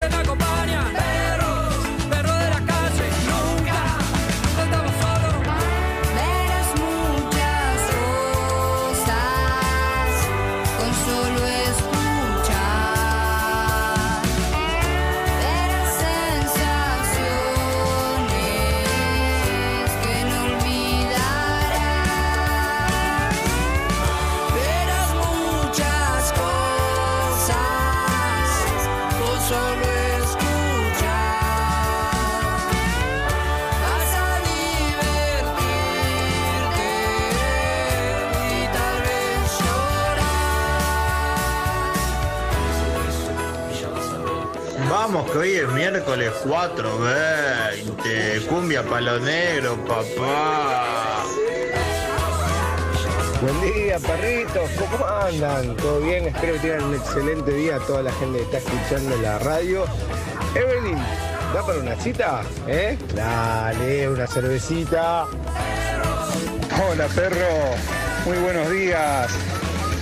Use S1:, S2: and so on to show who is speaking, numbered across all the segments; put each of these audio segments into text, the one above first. S1: Te acompaña, perros, perro de la calle, nunca andamos solo.
S2: Verás muchas cosas con solo escuchar. Verás sensaciones que no olvidarás. Verás muchas cosas con solo escuchar. Vas a divertirte y tal vez
S3: Vamos, que hoy es miércoles 4.20. Cumbia palo negro, papá.
S4: Buen día, perritos, ¿cómo andan? ¿Todo bien? Espero que tengan un excelente día a toda la gente que está escuchando la radio. Evelyn, ¿da para una cita? ¿Eh? Dale, una cervecita.
S5: Hola perro, muy buenos días.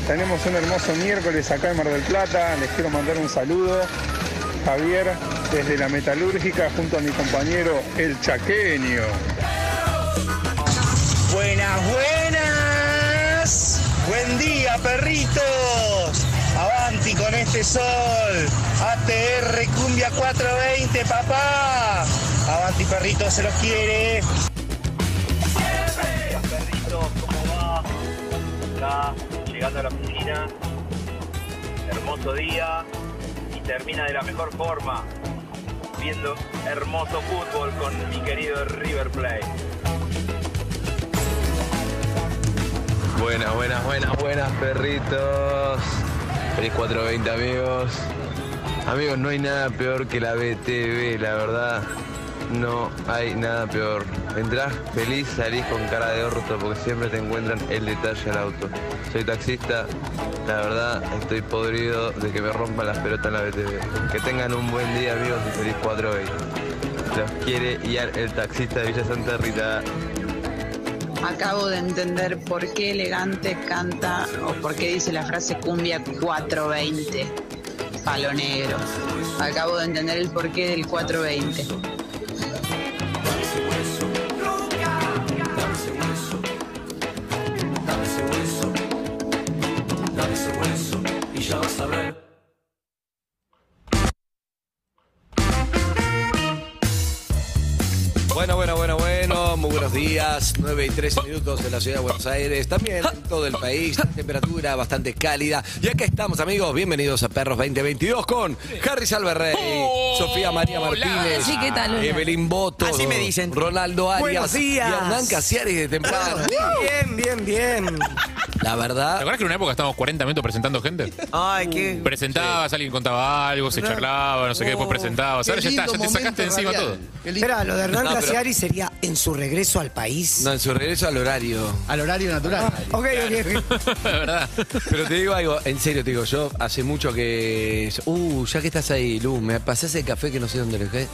S5: Tenemos un hermoso miércoles acá en Mar del Plata. Les quiero mandar un saludo. Javier, desde la metalúrgica, junto a mi compañero El Chaqueño.
S6: Buenas, buenas. Buen día, perritos. Avanti con este sol. ATR Cumbia 420, papá. Avanti, perritos, se los quiere.
S7: perritos, ¿cómo va? Acá, llegando a la oficina. Hermoso día y termina de la mejor forma. Viendo hermoso fútbol con mi querido River Plate.
S8: Buenas, buenas, buenas, buenas perritos. Feliz 420 amigos. Amigos, no hay nada peor que la BTV, la verdad. No hay nada peor. Entrás feliz, salís con cara de orto porque siempre te encuentran el detalle al auto. Soy taxista, la verdad estoy podrido de que me rompan las pelotas en la BTV. Que tengan un buen día amigos y feliz 420. Los quiere guiar el taxista de Villa Santa Rita.
S9: Acabo de entender por qué elegante canta o por qué dice la frase cumbia 420, palo negro. Acabo de entender el porqué del 420.
S1: Dame ese hueso y ya vas a ver.
S10: Bueno, bueno, bueno, bueno, muy buenos días. 9 y 13 minutos en la ciudad de Buenos Aires, también en todo el país. Temperatura bastante cálida. Y acá estamos, amigos. Bienvenidos a Perros 2022 con Harry Salverrey, Sofía María Martínez,
S11: Sí, ¿qué tal, hola?
S10: Evelyn Boto,
S11: Así me dicen.
S10: Ronaldo Arias
S11: Buenos días.
S10: y Hernán Casiares de temprano.
S11: Bien, bien, bien.
S10: La verdad.
S12: ¿Te acuerdas que en una época estábamos 40 minutos presentando gente?
S11: Ay, qué.
S12: Presentabas, alguien contaba algo, se charlaba, no sé qué, después presentabas. Ahora ya está, ya te sacaste de encima todo.
S11: Espera, lo de Hernán
S10: No, pero-
S11: Casiari sería en su regreso al país.
S10: No, en su regreso al horario.
S11: Al horario natural.
S13: Ah,
S11: ok, ok.
S12: verdad.
S10: Pero te digo algo, en serio te digo, yo hace mucho que. Uh, ya que estás ahí, Lu, me pasás el café que no sé dónde lo dejé.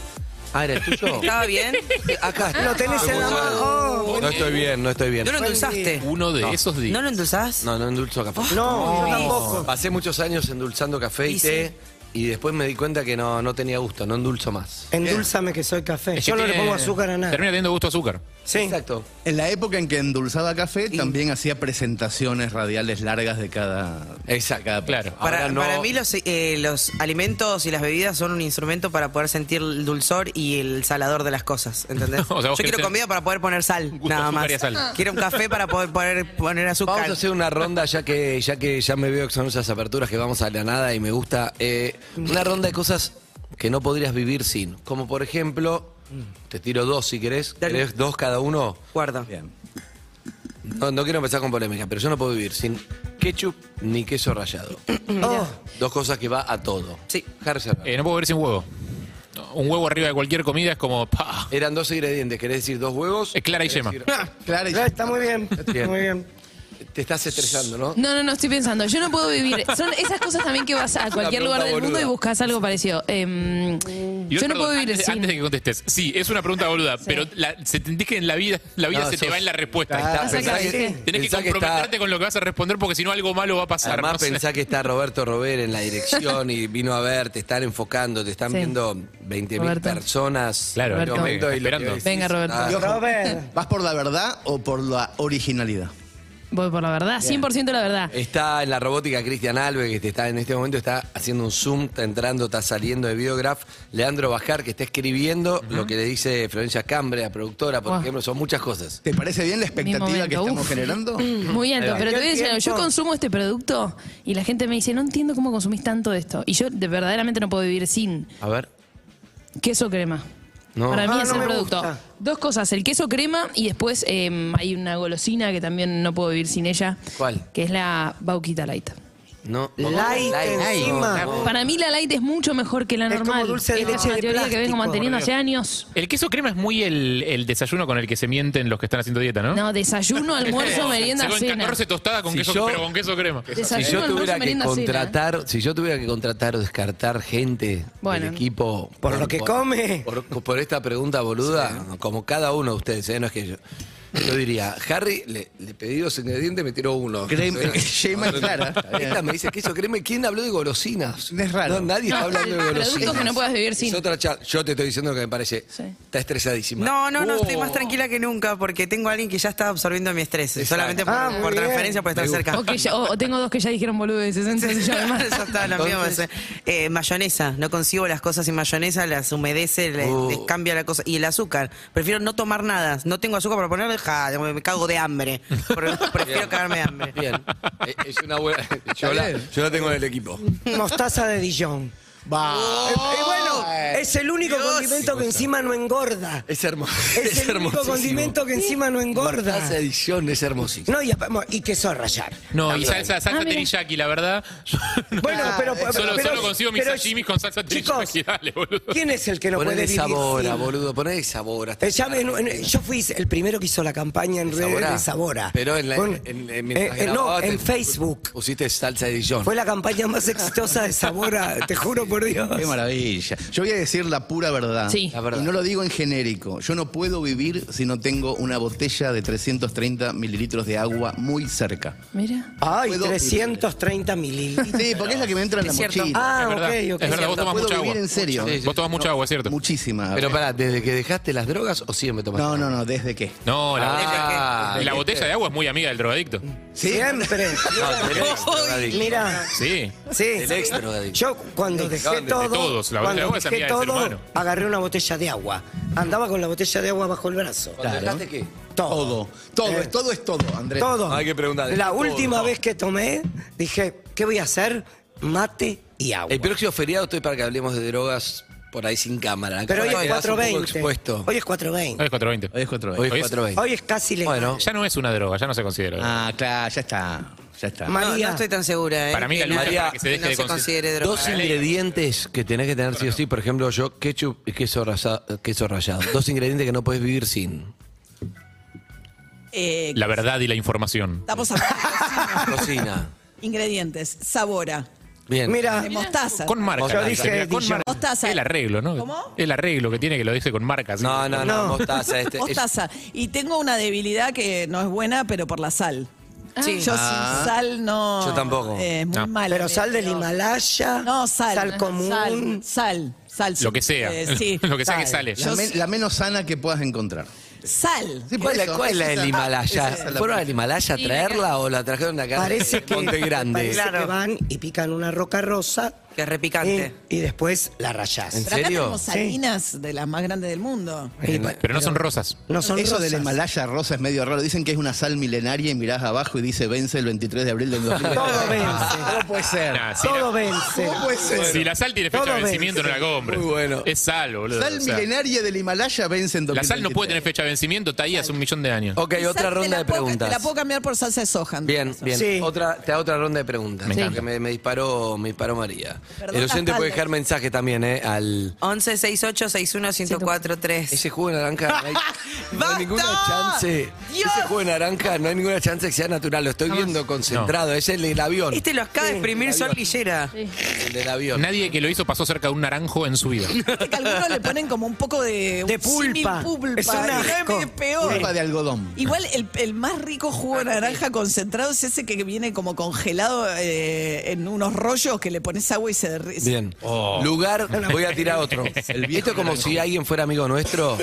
S10: Ah, era el tuyo.
S13: ¿Estaba bien?
S10: Acá está.
S13: Lo tenés en la mano. Oh,
S10: No estoy bien, no estoy bien.
S13: ¿No lo endulzaste?
S12: Uno de
S10: No.
S12: esos días.
S13: ¿No lo endulzás?
S10: No, no endulzo café.
S13: No, yo tampoco.
S10: Pasé muchos años endulzando café y,
S13: Y sí.
S10: té. Y después me di cuenta que no, no tenía gusto, no endulzo más.
S11: Endúlzame que soy café. Yo no le pongo azúcar a nada.
S12: Termina teniendo gusto a azúcar.
S11: Sí.
S10: Exacto.
S14: En la época en que endulzaba café, también hacía presentaciones radiales largas de cada.
S10: Exacto.
S12: claro.
S13: Para, para mí los, eh, los alimentos y las bebidas son un instrumento para poder sentir el dulzor y el salador de las cosas, ¿entendés?
S10: O sea,
S13: Yo
S10: vos querés
S13: quiero
S10: ser-
S13: comida para poder poner sal,
S10: gusto
S13: nada
S10: azúcar
S13: más.
S10: y a sal.
S13: Quiero un café para poder poner, poner azúcar.
S10: Vamos a hacer una ronda ya que ya que ya me veo que son esas aperturas que vamos a la nada y me gusta. eh, una ronda de cosas que no podrías vivir sin. Como por ejemplo, te tiro dos si querés. ¿Querés dos cada uno?
S13: Guarda.
S10: No, no quiero empezar con polémica, pero yo no puedo vivir sin ketchup ni queso rallado. Oh. Dos cosas que va a todo. Sí.
S12: Eh, no puedo ver sin huevo. Un huevo arriba de cualquier comida es como. pa.
S10: Eran dos ingredientes, querés decir dos huevos. Ah,
S12: Es clara y yema.
S10: Claro,
S11: está muy bien.
S10: Bien.
S11: Muy bien.
S10: Te estás estrellando, ¿no?
S15: No, no, no, estoy pensando. Yo no puedo vivir. Son esas cosas también que vas a
S10: Una
S15: cualquier lugar
S10: pregunta
S15: del mundo
S10: boluda.
S15: y buscas algo parecido. Em,
S12: Yo,
S15: Yo no
S12: perdón,
S15: puedo vivir
S12: antes,
S15: sin.
S12: antes de que contestes, sí, es una pregunta boluda, pero la- se te dije en la vida, la vida
S10: No,
S12: se te
S10: sos-
S12: va en la respuesta.
S10: Claro, Pasa pensá que- que-
S12: tenés que
S10: pensá que está-
S12: comprometerte con lo que vas a responder porque si no algo malo va a pasar.
S10: Además
S12: no sé.
S10: pensá que está Roberto Robert en la dirección y vino a ver, te están enfocando, te están
S15: Sí.
S10: viendo 20.000
S15: Roberto.
S10: personas
S12: Claro,
S10: en el
S15: Roberto.
S10: momento y lo que
S15: Esperando.
S10: decís,
S15: Venga, Roberto.
S10: ah,
S14: ¿Vas por la verdad o por la originalidad?
S15: Voy por la verdad, 100% la verdad.
S10: Está en la robótica Cristian Alve, que te está en este momento está haciendo un zoom, está entrando, está saliendo de Biograph. Leandro Bajar, que está escribiendo lo que le dice Florencia Cambre, la productora, por
S15: Guau.
S10: ejemplo, son muchas cosas.
S14: ¿Te parece bien la
S15: Mi
S14: expectativa que
S15: momento,
S14: estamos
S15: uf.
S14: generando?
S15: Muy alto, pero te voy a decir algo. Yo consumo este producto y la gente me dice, no entiendo cómo consumís tanto de esto. Y yo de- verdaderamente no puedo vivir sin
S10: A ver.
S15: queso crema.
S10: No.
S15: Para mí
S10: Ah,
S15: es
S10: no
S15: el
S10: me
S15: producto.
S10: gusta.
S15: Dos cosas, el queso crema y después eh, hay una golosina que también no puedo vivir sin ella,
S10: ¿Cuál?
S15: que es la Bauquita Light.
S10: No.
S15: Light
S10: encima.
S15: Para mí la light es mucho mejor que la normal.
S11: dulce de
S15: es la
S11: leche de
S15: teoría que vengo
S11: plástico,
S15: manteniendo
S11: Dios.
S15: hace años.
S12: El queso crema es muy el, el desayuno con el que se mienten los que están haciendo dieta, ¿no?
S15: No, desayuno, almuerzo, merienda,
S12: Se comen
S15: cena.
S12: 14 tostadas con
S10: Si
S12: queso,
S10: yo-
S12: pero con queso crema.
S15: Desayuno,
S10: si yo
S15: almuerzo,
S10: tuviera que
S15: merienda, cena, ¿eh?
S10: contratar, si yo tuviera que contratar o descartar gente
S15: Bueno.
S10: del equipo
S11: Por lo que come.
S10: por, por esta pregunta boluda, como cada uno de ustedes, ¿eh? no es que yo. Yo diría, Harry, le, le pedí dos ingredientes, me tiró uno.
S14: Crema- crema
S10: No, no,
S14: clara.
S10: Esta me dice queso crema. ¿Y ¿Quién habló de golosinas?
S14: Es raro.
S10: No, nadie está
S15: No,
S10: hablando de
S15: productos
S10: golosinas.
S15: que no puedas vivir sin.
S10: Es otra charla. Yo te estoy diciendo lo que me parece. Está estresadísima.
S13: No, no, no, estoy
S10: Oh.
S13: más tranquila que nunca porque tengo a alguien que ya está absorbiendo mi estrés. Solamente por,
S10: Ah, muy
S13: por
S10: bien.
S13: transferencia, por estar
S10: Me gusta.
S13: cerca.
S15: O, que ya- o- o tengo dos que ya dijeron boludeces, entonces yo además.
S13: Ya está, la mía va a ser. Eh, mayonesa, no consigo las cosas sin mayonesa, las humedece, le-
S10: Uh.
S13: les cambia la cosa. Y el azúcar, prefiero no tomar nada, no tengo azúcar para ponerle, ja, me, me cago de hambre. Pre- prefiero cagarme de hambre.
S10: Bien. Eh, Es una buena. Yo la, yo la tengo en el equipo.
S11: Mostaza de Dijon.
S10: Va.
S11: Eh, eh, bueno, es el único
S10: Dios.
S11: condimento que encima no engorda.
S10: Es hermoso.
S11: Es el único condimento que encima no engorda.
S10: Esa edición es hermosísima.
S11: No, y, apa- mo- y queso a rayar.
S12: No, y
S11: También.
S12: salsa, salsa teriyaki, la verdad. yo no-
S11: Bueno, pero- pero-
S12: solo,
S11: pero-
S12: solo consigo mis
S11: pero-
S12: sashimis con salsa teriyaki. Dale, boludo.
S11: ¿Quién es el que no
S10: Ponele
S11: puede vivir
S10: sabor,
S11: sin?
S10: boludo, ponele sabor. hasta-
S11: Eh, ya me- no, no, yo fui el primero que hizo la campaña en redes
S10: Saborá.
S11: de Sabora.
S10: Pero en, la,
S11: Con-
S10: en- en- mientras
S11: eh, eh, no,
S10: grababas,
S11: en
S10: te-
S11: Facebook.
S10: Pusiste salsa de Dijon.
S11: Fue la campaña más exitosa de Sabora, te juro por Dios.
S14: Qué maravilla. Yo voy a decir la pura verdad.
S15: Sí.
S10: La verdad.
S14: Y no lo digo en genérico. Yo no puedo vivir si no tengo una botella de 330 mililitros de agua muy cerca.
S15: Mira.
S11: Ay,
S14: Puedo-
S11: 330 mililitros.
S14: Sí, porque es la que me entra en la
S11: Es cierto.
S14: mochila.
S11: Ah,
S12: Es verdad,
S11: ok, ok.
S12: es verdad, vos
S14: La
S12: tomás
S14: puedo
S12: mucha agua.
S14: vivir en serio.
S10: Sí, sí,
S12: Vos tomás mucha agua, ¿cierto?
S14: Muchísima.
S10: Pero pará, ¿desde que dejaste las drogas o siempre tomaste?
S14: No, no, no, ¿desde qué?
S12: No, la,
S10: Ah,
S12: botella, la
S10: ¿qué?
S12: botella de agua es muy amiga del drogadicto.
S11: Siempre.
S10: No, el ex drogadicto.
S11: Mira,
S12: Sí.
S11: sí.
S10: El ex drogadicto.
S11: Yo cuando dejé
S12: Acaban de-
S11: todo,
S12: de todos, la botella de
S11: cuando
S12: agua es
S11: dejé
S12: amiga del ser
S11: todo,
S12: humano.
S11: agarré una botella de agua. Andaba con la botella de agua bajo el brazo.
S10: ¿Cuando dejaste qué?
S14: Todo. Todo, es- todo es todo, Andrés.
S11: Eh, Todo.
S10: Hay que preguntar.
S11: La
S10: Todo,
S11: última
S10: todo.
S11: vez que tomé, dije, ¿qué voy a hacer? Mate y agua.
S10: El próximo feriado estoy para que hablemos de drogas por ahí sin cámara.
S11: Pero hoy es
S10: Capaz que vas un poco
S11: 4.20.
S10: expuesto.
S11: Hoy es 4.20.
S12: Hoy es 420.
S14: Hoy es 4.20.
S10: Hoy
S12: Hoy
S10: es
S12: es-
S10: 4.20.
S11: Hoy es casi legal.
S10: Bueno,
S12: Ya no es una droga, ya no se considera. droga.
S14: Ah, claro, ya está. Ya está.
S13: No,
S11: María.
S13: no estoy tan segura. ¿eh?
S12: Para mí la
S13: Que
S12: lucha
S13: nadie-
S12: es para que se deje
S13: no
S12: de
S13: se
S12: consumir.
S13: considere droga.
S10: Dos ingredientes que tenés que tener sí o sí, por ejemplo, yo ketchup y queso, raza- queso rallado. Dos ingredientes que no podés vivir sin.
S16: Eh,
S12: La verdad y la información.
S16: Estamos hablando de cocina.
S10: Cocina.
S16: Ingredientes. Sabora.
S10: Bien.
S11: Mira,
S16: eh, mostaza.
S12: Con marca.
S10: Yo
S12: dice,
S11: dije
S14: Eh,
S12: mira, con
S11: Dijon.
S12: marca.
S16: Mostaza.
S12: El arreglo, ¿no?
S16: ¿Cómo?
S12: El arreglo que tiene que lo dice con marca. así.
S10: No, no, no, mostaza. Este, es-
S16: Mostaza. Y tengo una debilidad que no es buena, pero por la sal.
S13: Sí.
S16: Yo
S10: Ah.
S16: sin sal no.
S10: Yo tampoco.
S16: Eh, muy
S12: No.
S16: mala.
S11: Pero sal del Himalaya,
S16: No, sal.
S11: sal común.
S16: Sal, sal. sal,
S12: Lo que sea.
S16: eh, sí.
S12: Lo que sea que
S16: Sal.
S12: sale.
S14: La, men- la menos sana que puedas encontrar.
S16: Sal.
S14: Sí, pues. por
S10: ¿Cuál, es la-
S14: eso.
S10: cuál es la
S14: Esa-
S10: del
S14: esa es
S10: Himalaya?
S14: la-
S10: ¿Fueron al Himalaya a
S15: Sí,
S10: traerla o la trajeron de acá?
S11: Parece que,
S10: Monte Grande.
S11: parece que van y pican una roca rosa Eh.
S13: Que es
S11: y,
S13: repicante.
S11: y después la rayás.
S10: ¿En
S16: Pero acá
S10: serio?
S16: tenemos
S11: Sí.
S16: salinas de las más grandes del mundo.
S11: Y pa-
S12: Pero no son rosas.
S11: no son
S14: Eso del
S11: rosas.
S14: Himalaya rosa es medio raro. Dicen que es una sal milenaria y mirás abajo y dice vence el 23 de abril del 2020.
S11: Todo vence.
S10: Ah,
S14: ¿Cómo puede ser?
S12: Nah, si,
S11: Todo vence.
S14: ¿Cómo puede ser?
S12: la, Ah, si la sal tiene fecha
S11: Todo
S12: de vencimiento, no la
S11: vence.
S12: compres.
S10: Muy bueno.
S12: Es sal, boludo.
S14: Sal
S12: o sea,
S14: milenaria del Himalaya vence en 2023.
S12: la sal no puede tener fecha de vencimiento, está ahí hace un millón de años.
S10: Ok,
S16: Y
S10: otra
S16: sal te
S10: ronda
S16: la
S10: de
S16: puedo- Te la
S10: preguntas.
S16: puedo cambiar por salsa de soja. en
S10: Bien,
S16: todo caso.
S10: bien.
S11: Sí.
S10: Otra, te hago otra ronda de preguntas.
S12: Me
S10: porque me, me disparó, me disparó María.
S16: Perdón
S10: El
S16: las
S10: oyente puede
S16: faldas.
S10: dejar mensaje también, ¿eh? Al.
S13: 11 68 61 1043.
S10: Ese jugo de naranja. no hay- No hay ninguna chance. Ese jugo de naranja, no hay ninguna chance que sea natural. Lo estoy viendo concentrado. Es el del avión.
S13: Este lo acaba de exprimir Sol Lillera.
S10: El del avión.
S12: Nadie que lo hizo pasó cerca de un naranjo en su vida.
S16: Viste que algunos le ponen como un poco de...
S11: De pulpa.
S16: pulpa.
S11: Es un asco.
S16: Es peor.
S14: Pulpa de algodón.
S16: Igual el, el más rico jugo de naranja concentrado es ese que viene como congelado eh, en unos rollos que le pones agua y se derrite.
S10: Bien. Lugar, voy a tirar otro. Esto es como si alguien fuera amigo nuestro.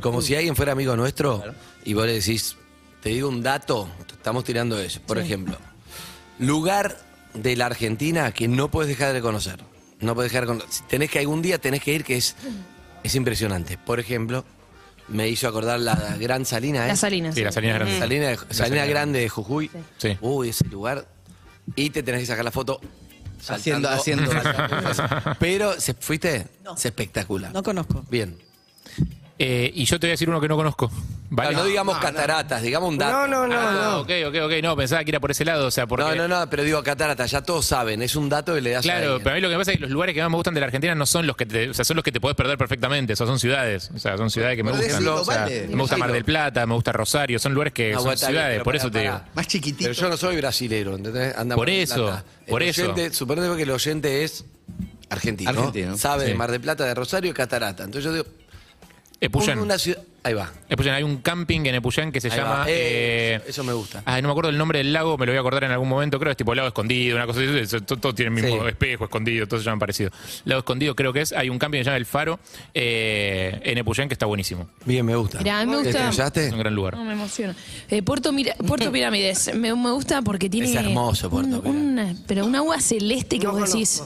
S10: Como si alguien fuera amigo nuestro y vos le decís, te digo un dato, estamos tirando eso. Por ejemplo, lugar de la Argentina que no puedes dejar de conocer. No puedes dejar de conocer. Si Tenés que algún día tenés que ir que es, es impresionante. Por ejemplo, me hizo acordar la gran salina. ¿eh?
S15: Las Salinas. Sí, las Salinas
S10: Salina-
S15: Grandes.
S10: Salina,
S15: Las
S10: Salina
S15: Salinas
S10: Grande de Jujuy. Uy, ese lugar. Y te tenés que sacar la foto.
S14: Haciendo-
S10: saltando,
S14: haciendo.
S10: saltando. Pero, ¿se, ¿fuiste? Es espectacular.
S16: No conozco.
S10: Bien.
S12: Eh, y yo te voy a decir uno que no conozco. ¿Vale?
S10: No, no digamos cataratas, digamos un dato.
S12: Ah, Ok, ok, ok. No, pensaba que era por ese lado. O sea, porque...
S10: No, no, no, pero digo cataratas, ya todos saben, es un dato que le das a
S12: Claro,
S10: alguien.
S12: pero a mí lo que pasa es que los lugares que más me gustan de la Argentina no son los que te, o sea, son los que te podés perder perfectamente, o sea, son ciudades, o sea, son ciudades que me
S14: Por
S12: gustan.
S14: decirlo,
S12: O sea,
S14: vale.
S12: me gusta Mar del Plata, me gusta Rosario, son lugares que
S10: No,
S12: son
S10: bueno, está bien,
S12: ciudades,
S10: pero
S12: por
S10: pará,
S12: eso te
S10: pará.
S12: digo.
S14: Más chiquitito.
S10: Pero yo no soy brasilero, ¿entendés? Anda
S12: Por
S10: Mar del
S12: eso,
S10: Plata. El
S12: por eso.
S10: oyente- suponete que el oyente es argentino.
S14: Argentino.
S10: Sabe de
S12: Sí.
S10: Mar del Plata, de Rosario y Catarata. Entonces yo digo,
S12: Epuyén.
S10: una ciudad. Ahí va.
S12: Epuyén, hay un camping en Epuyén que se
S10: ahí
S12: llama
S10: va. Eh,
S12: eh,
S10: eso, eso me gusta.
S12: Ay, no me acuerdo el nombre del lago, me lo voy a acordar en algún momento. Creo que es tipo lago escondido, una cosa así. eso, Todo, todo tiene el mismo
S10: Sí.
S12: espejo escondido, todos se llaman parecido. Lago escondido creo que es. Hay un camping que se llama El Faro eh, en Epuyén que está buenísimo.
S10: Bien, me gusta.
S15: Mirá, a mí me
S10: ¿Te
S15: gusta-
S10: cruzaste?
S12: Es un gran lugar.
S15: No, me emociona. Eh, Puerto, Mira- Puerto Pirámides. Me, me gusta porque tiene.
S10: Es hermoso Puerto
S15: un- una- pero un agua celeste que vos decís.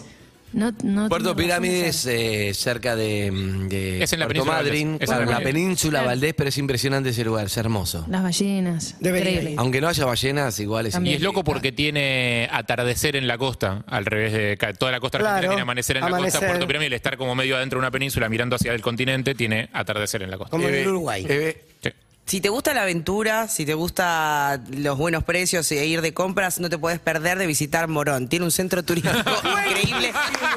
S15: No, no
S10: Puerto
S15: tiene razón de ser.
S10: Pirámides, eh, cerca de, mm, de
S12: Es en la
S10: Puerto
S12: península Valdés.
S10: Madryn,
S12: Es
S10: claro,
S12: en
S10: en
S12: la
S10: la península Valdés, pero es impresionante ese lugar, es hermoso.
S15: Las ballenas.
S11: Debería
S15: Increíble.
S10: Aunque no haya ballenas, igual es
S12: Y es loco porque tiene atardecer en la costa, al revés de ca- toda la costa argentina
S11: Claro,
S12: tiene amanecer en la costa.
S11: amanecer.
S12: Puerto Pirámide, al estar como medio adentro de una península mirando hacia el continente, tiene atardecer en la costa.
S11: Como en
S10: Eh,
S11: el Uruguay.
S10: eh,
S13: Si te gusta la aventura, si te gusta los buenos precios e ir de compras, no te puedes perder de visitar Morón. Tiene un centro turístico increíble.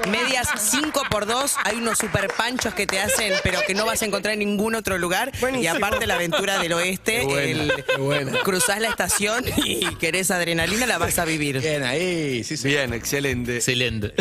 S13: Medias 5x2, hay unos super panchos que te hacen, pero que no vas a encontrar en ningún otro lugar. Y aparte la aventura del oeste,
S10: Qué buena,
S13: el-
S10: qué buena.
S13: cruzás la estación y querés adrenalina, la vas a vivir.
S14: Bien, ahí, sí, sí.
S10: Bien, excelente.
S12: Excelente.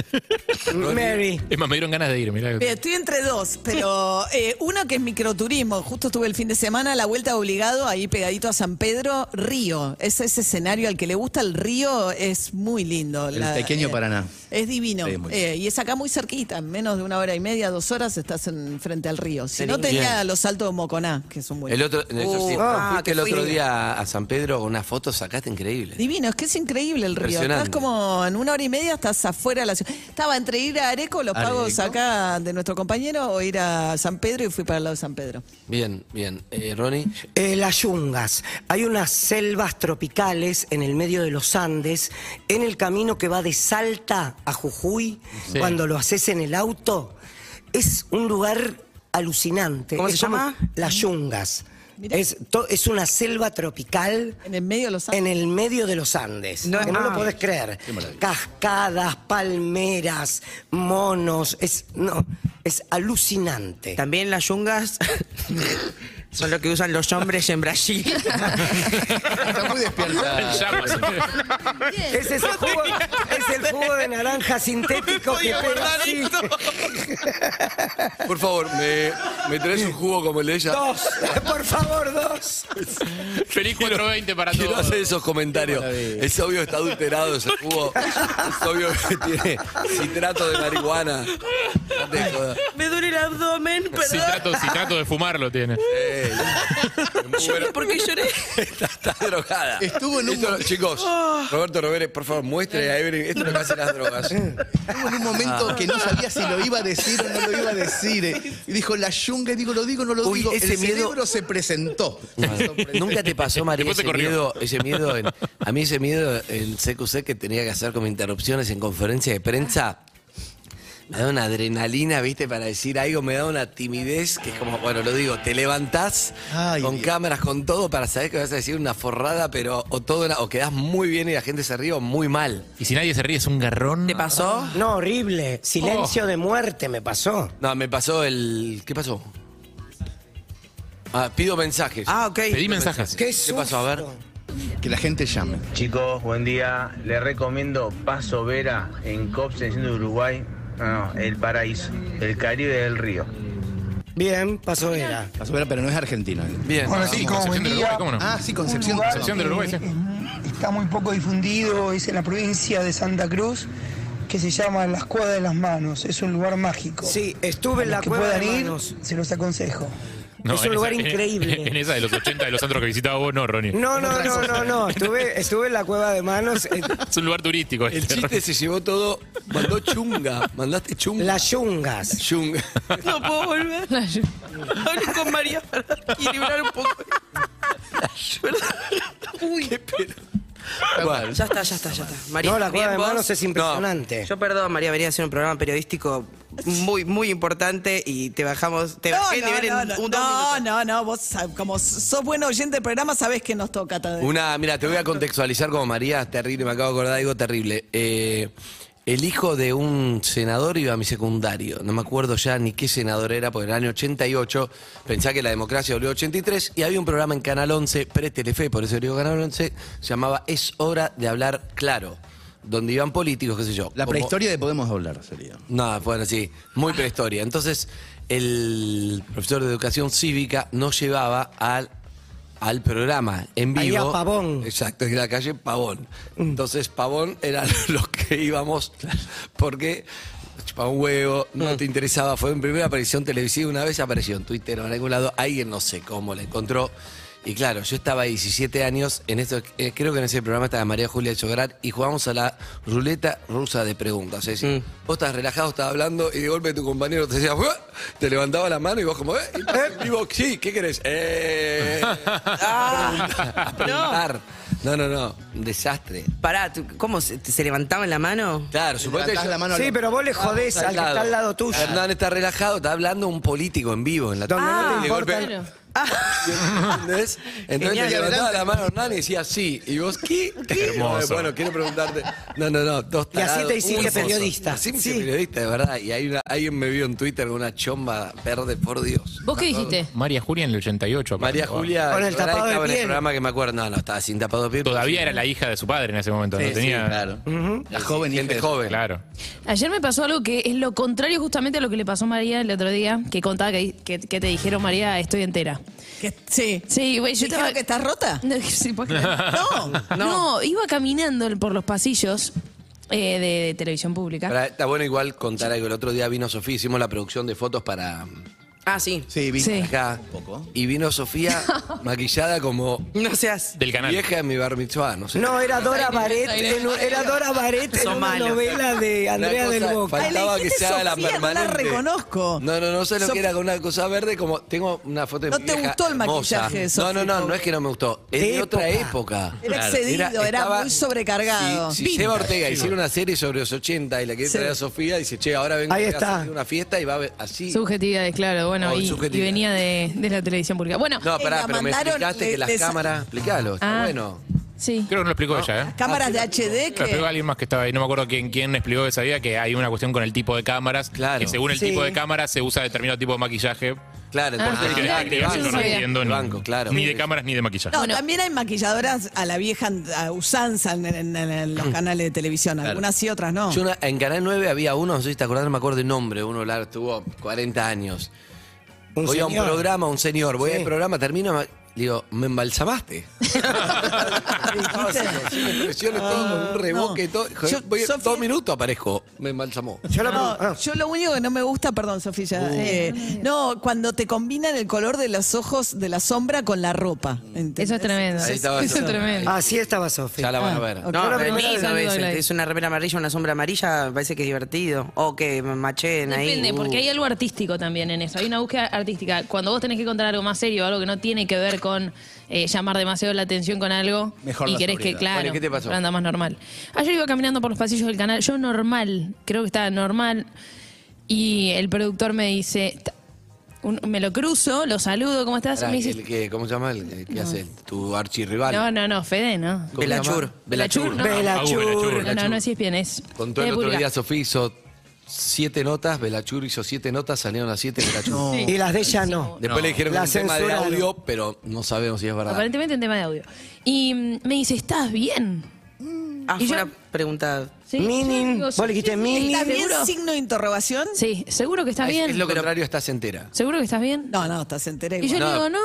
S11: Mary.
S12: Es más, me dieron ganas de ir, mirá.
S16: Mira, estoy entre dos, pero eh, uno que es microturismo. Justo estuve el fin de semana, la vuelta obligado, ahí pegadito a San Pedro, Río. Es ese escenario al que le gusta el río, es muy lindo.
S14: El
S16: La-
S14: pequeño
S16: eh,
S14: Paraná.
S16: Es divino.
S14: Sí, muy
S16: Eh, y es acá muy cerquita, en menos de una hora y media, dos horas estás en, frente al río. Si no, tenía
S10: Bien.
S16: los saltos de Moconá, que son muy
S10: El otro, en el-
S13: Uh,
S10: sí,
S13: ah,
S10: fuiste
S13: que
S10: el otro
S13: fui.
S10: día a San Pedro con una foto sacaste increíble.
S16: Divino, es que es increíble el río.
S10: Impresionante.
S16: Estás como en una hora y media, estás afuera de la ciudad. Estaba entre ir a Areco, los pagos
S10: Areco.
S16: acá de nuestro compañero, o ir a San Pedro y fui para el lado de San Pedro.
S10: Bien, bien. Eh, Ronnie,
S11: Eh, las yungas. Hay unas selvas tropicales en el medio de los Andes, en el camino que va de Salta a Jujuy,
S12: Sí.
S11: cuando lo haces en el auto. Es un lugar alucinante.
S13: ¿Cómo
S11: Es
S13: se
S11: como
S13: llama?
S11: Las yungas. Es, to- es una selva tropical
S16: En el medio de los
S11: en el medio de los Andes.
S13: No
S11: No,
S13: es
S11: no lo
S13: más.
S11: podés creer. Cascadas, palmeras, monos. Es, no, es alucinante.
S13: También las yungas son lo que usan los hombres en Brasil.
S14: Está muy despierta.
S11: Es ese jugo, es el jugo de naranja sintético que pega así.
S10: por favor, me, me traes un jugo como el de ella.
S11: Dos, por favor, dos.
S12: Feliz 420 para
S10: Quiero
S12: todos.
S10: hacer esos comentarios. Es obvio que está adulterado ese jugo. Es obvio que tiene citrato de marihuana. No te jodas.
S13: Me duele el abdomen,
S12: Si
S13: perdón.
S12: trato, si trato de fumarlo, tiene.
S10: Ey,
S13: Lloré porque lloré.
S10: está, está drogada.
S14: Estuvo en un
S10: Esto no- chicos, Roberto Roberes, por favor, muestre a Evelyn. Esto es lo que hacen las drogas.
S14: Estuvo en un momento que no sabía si lo iba a decir o no lo iba a decir. eh. Y dijo la yunga, y digo, lo digo, no lo
S10: Uy,
S14: digo.
S10: ese
S14: el
S10: miedo-
S14: cerebro se presentó.
S10: Nunca te pasó, María,
S12: Después te
S10: ese
S12: corrió.
S10: miedo, ese miedo en- a mí ese miedo en CQC que tenía que hacer como interrupciones en conferencia de prensa. Me da una adrenalina, viste, para decir algo, me da una timidez, que es como, bueno, lo digo, te levantás
S14: Ay,
S10: con
S14: Dios.
S10: cámaras, con todo, para saber que vas a decir una forrada, pero o todo, o quedás muy bien y la gente se ríe o muy mal.
S12: Y si nadie se ríe, es un garrón.
S13: ¿Te pasó?
S11: No, horrible.
S10: Oh.
S11: Silencio de muerte me pasó.
S10: No, me pasó el. ¿Qué pasó? Ah, pido mensajes.
S13: Ah, ok.
S10: Pedí mensajes.
S14: Qué
S10: ¿Qué pasó? A ver.
S14: Que la gente llame.
S7: Chicos, buen día. Les recomiendo Paso Vera en Cops, en de Uruguay. No, no, el paraíso, el Caribe del río.
S11: Bien, Paso Vera.
S14: Paso Vera, pero no es Argentina.
S10: Bien.
S14: Hola,
S10: Sí,
S14: chicos, buen
S10: Concepción del
S14: día.
S10: Uruguay, ¿cómo no?
S14: Ah, sí,
S10: Un
S14: Concepción.
S10: lugar Concepción del Uruguay, sí.
S17: Eh, está muy poco difundido, es en la provincia de Santa Cruz, que se llama Las Cuevas de las Manos. Es un lugar mágico.
S11: Sí, estuve en
S17: A los
S11: la
S17: que
S11: Cueva de
S17: puedan
S11: las
S17: ir,
S11: Manos.
S17: se los aconsejo.
S12: No,
S11: es
S12: en
S11: un lugar
S12: en-
S11: increíble.
S12: En, esa de los 80 de los antros que visitaba vos, no, Ronnie.
S11: No, no, no, no, no. Estuve, estuve en la cueva de manos. eh,
S12: Es un lugar turístico.
S10: El
S12: este,
S10: chiste se llevó todo. Mandó chunga. Mandaste chunga.
S11: Las yungas.
S10: Chunga.
S13: No puedo volver. Hablé con María para equilibrar un poco. Uy.
S10: Bueno.
S13: Ya está, ya está, ya está. María,
S11: No, la cueva
S13: ¿bien
S11: de
S13: vos?
S11: manos es impresionante.
S13: Yo perdón, María, venía a hacer un programa periodístico muy, muy importante y te bajamos, te bajé el nivel
S16: no,
S13: en
S16: no,
S13: un dos
S16: no, no, no, vos sab- como sos buen oyente del programa sabés que nos toca. Tadeo.
S10: Una, mira, te voy a contextualizar como María, es terrible, me acabo de acordar de algo terrible. Eh, el hijo de un senador iba a mi secundario, no me acuerdo ya ni qué senador era, porque en el año 88, pensá que la democracia volvió 83, y había un programa en Canal 11, pre-Telefe, por eso le digo Canal 11, se llamaba Es Hora de Hablar Claro, donde iban políticos, qué sé yo.
S14: La
S10: como-
S14: prehistoria de Podemos Hablar sería.
S10: no, bueno, sí, muy prehistoria. Entonces, el profesor de educación cívica nos llevaba al, al programa en
S11: Ahí
S10: vivo.
S11: a Pavón.
S10: Exacto, en la calle Pavón. Entonces, Pavón eran los que íbamos porque chupaba un huevo, no te interesaba. Fue en primera aparición televisiva, una vez apareció en Twitter o en algún lado. Alguien no sé cómo la encontró. Y claro, yo estaba 17 años, en esto, eh, creo que en ese programa estaba María Julia Chograr y jugábamos a la ruleta rusa de preguntas. Es decir, vos estás relajado, estás hablando y de golpe tu compañero te decía, "Uah", te levantaba la mano y vos como, eh, eh, y vos, sí, ¿qué querés? Eh, ah". a preguntar. No, no, no, un desastre.
S13: Pará, ¿tú- ¿cómo se, te- se levantaba en la mano?
S10: Claro, suponete yo-
S11: Sí, pero vos le jodés al que está al lado tuyo.
S10: Hernán está relajado, está hablando un político en vivo en la
S11: Donde no te
S10: Y de
S11: importa
S10: golpe- ¿Entendés? Entonces le
S11: Genial,
S10: levantaba
S11: adelante.
S10: la mano a Hernán y decía sí. Y vos, ¿qué? ¿Qué?
S12: Hermoso.
S10: Bueno, quiero preguntarte. No, no, no. Dos
S11: Y así
S10: tarados,
S11: te hiciste
S10: un hermoso.
S11: periodista.
S10: Así me hice periodista, de verdad. Y hay una- alguien me vio en Twitter con una chomba verde, por Dios.
S15: ¿Vos qué dijiste?
S12: María Julia en el 88.
S10: María Julia
S12: Con el
S10: Soraya
S12: tapado de
S10: estaba en el
S12: piel.
S10: programa que me acuerdo. No, no, estaba sin tapado de piel.
S12: Todavía era la hija de su padre en ese momento.
S10: Sí,
S12: no tenía.
S10: sí, claro. La joven Gente joven.
S12: Claro.
S15: Ayer me pasó algo que es lo contrario justamente a lo que le pasó a María el otro día, que contaba que, que- que te dijeron, María, estoy entera.
S16: sí.
S15: Sí, güey, yo
S16: ¿Dijeron
S15: estaba...
S16: que estás rota?
S15: No, sí, ¿por qué? no,
S10: No.
S15: no, iba caminando por los pasillos eh, de, de televisión pública.
S10: Pará, está bueno igual contar algo. El otro día vino Sofía, hicimos la producción de fotos para...
S13: Ah, sí.
S14: Sí, vi
S15: Sí.
S10: acá. Y vino Sofía maquillada como...
S13: No seas.
S10: Del canal. Vieja en mi bar mitzvah, no sé.
S11: No, era Dora Baret. en un- Era Dora Baret en
S13: Son
S11: una
S13: malos.
S11: novela de Andrea
S10: Una
S11: del
S10: cosa,
S11: Boca.
S10: Faltaba
S16: Ay, le
S10: que se
S16: dijiste
S10: haga la
S16: Sofía, no la
S10: permanente.
S16: reconozco.
S10: No, no, no sé lo
S16: Sof-
S10: que era con una cosa verde, como tengo una foto de
S16: No
S10: mi
S16: te
S10: vieja
S16: gustó el
S10: hermosa.
S16: maquillaje de
S10: No, no,
S16: Sofía,
S10: no, no es que no me gustó. Es
S16: De
S10: de, otra época.
S16: Era
S10: Claro.
S16: excedido, era muy sobrecargado.
S10: Si, si
S16: Vintage.
S10: Seba Ortega hiciera una serie sobre los 80 y la quería
S16: Sí.
S10: traer a Sofía, dice, che, ahora vengo
S15: Ahí
S10: acá
S15: está.
S10: a hacer una fiesta y va a ver- así.
S15: Subjetividades, claro, bueno,
S13: Oh,
S10: No,
S15: y, y
S10: subjetividades.
S15: venía
S10: Ah.
S15: de, de la televisión pública. Bueno,
S10: No, pará,
S16: la
S10: pero me
S16: mandaron,
S10: explicaste
S16: le-
S10: que las
S16: les-
S10: cámaras, explicalo, está
S15: Ah.
S10: bueno.
S15: sí.
S12: Creo que no lo explicó ella, ¿eh?
S16: Cámaras de HD
S12: Lo explicó
S16: que...
S12: alguien más que estaba ahí, no me acuerdo quién, quién explicó que sabía que hay una cuestión con el tipo de cámaras, que según el
S16: Sí.
S12: tipo de cámara se usa determinado tipo de maquillaje.
S10: Claro,
S12: entonces
S16: Ah, mirá, mirá, yo
S12: yo no
S16: sabía.
S12: entiendo en-
S10: Banco, claro.
S12: ni de cámaras ni de maquillaje.
S16: No, también hay maquilladoras a la vieja a usanza en, en- en los canales de televisión. Algunas sí, otras no.
S10: Yo una- en Canal 9 había uno, no sé si te acordás, no me acuerdo el nombre, uno largo, tuvo 40 años.
S11: Un
S10: voy a
S11: señor.
S10: un programa, un señor, voy
S11: Sí.
S10: al programa, termino, ma- digo, me embalsamaste. Estaba así, con sin expresiones, todo, con un reboque, todo. Joder,
S16: Yo-
S10: voy-
S16: Sofía-
S10: dos minutos aparezco, me embalsamó.
S16: No,
S11: Ah.
S10: Ah,
S16: yo lo único que no me gusta, perdón, Sofía. eh, no, cuando te combinan el color de los ojos de la sombra con la ropa. ¿entendés?
S15: Eso es tremendo.
S10: Ahí estaba
S15: Eso es
S10: yo.
S15: tremendo.
S11: Así estaba Sofía.
S10: Ya la van a
S16: Ah,
S10: ver.
S16: ok.
S13: No,
S16: Ahora
S13: pero
S16: me
S13: es lindo a
S15: saludo
S13: veces.
S15: like.
S13: Te hice una remera amarilla, una sombra amarilla, parece que es divertido. O que me machen ahí.
S15: Depende, porque hay algo artístico también en eso. Hay una búsqueda artística. Cuando vos tenés que contar algo más serio, algo que no tiene que ver con eh, llamar demasiado la atención con algo,
S10: Mejor
S15: y
S10: la
S15: querés que,
S10: sobriedad.
S15: claro,
S10: Bueno, ¿qué te pasó?
S15: anda más normal. Ayer iba caminando por los pasillos del canal, yo normal, creo que estaba normal, y el productor me dice, "Ta- un- me lo cruzo, lo saludo, ¿cómo estás?
S10: Pará,
S15: Ah, me dice,
S10: el que- ¿Cómo se llama? El, el que
S15: No.
S10: hace tu archirrival.
S15: no, no, no, Fede,
S13: Uh.
S15: ¿no?
S10: ¿Cómo se llama? Belachur.
S15: Belachur, no.
S10: Belachur.
S15: No, Eh, no, no es ESPN, es
S10: Contó el
S15: TV
S10: otro
S15: pública.
S10: día Sofía hizo siete notas, Belachur hizo siete notas, salieron las siete, Belachur.
S11: Y las de ella no.
S10: Después le dijeron que
S11: La
S10: era un tema de
S11: censuraron.
S10: audio, pero no sabemos si es verdad.
S15: Aparentemente un tema de audio. Y mm, me dice, ¿estás bien?
S13: Ah,
S15: Y
S13: fue
S15: yo-
S13: una pregunta.
S15: Sí, yo digo, sí, sí, sí,
S16: ¿Está
S15: ¿estás
S16: bien
S15: seguro?
S16: signo de interrogación?
S15: Sí, seguro que estás bien.
S10: Ah, Es lo contrario, estás entera.
S15: ¿Seguro que estás bien?
S16: No, no, estás entera
S15: Y yo le digo, no, no,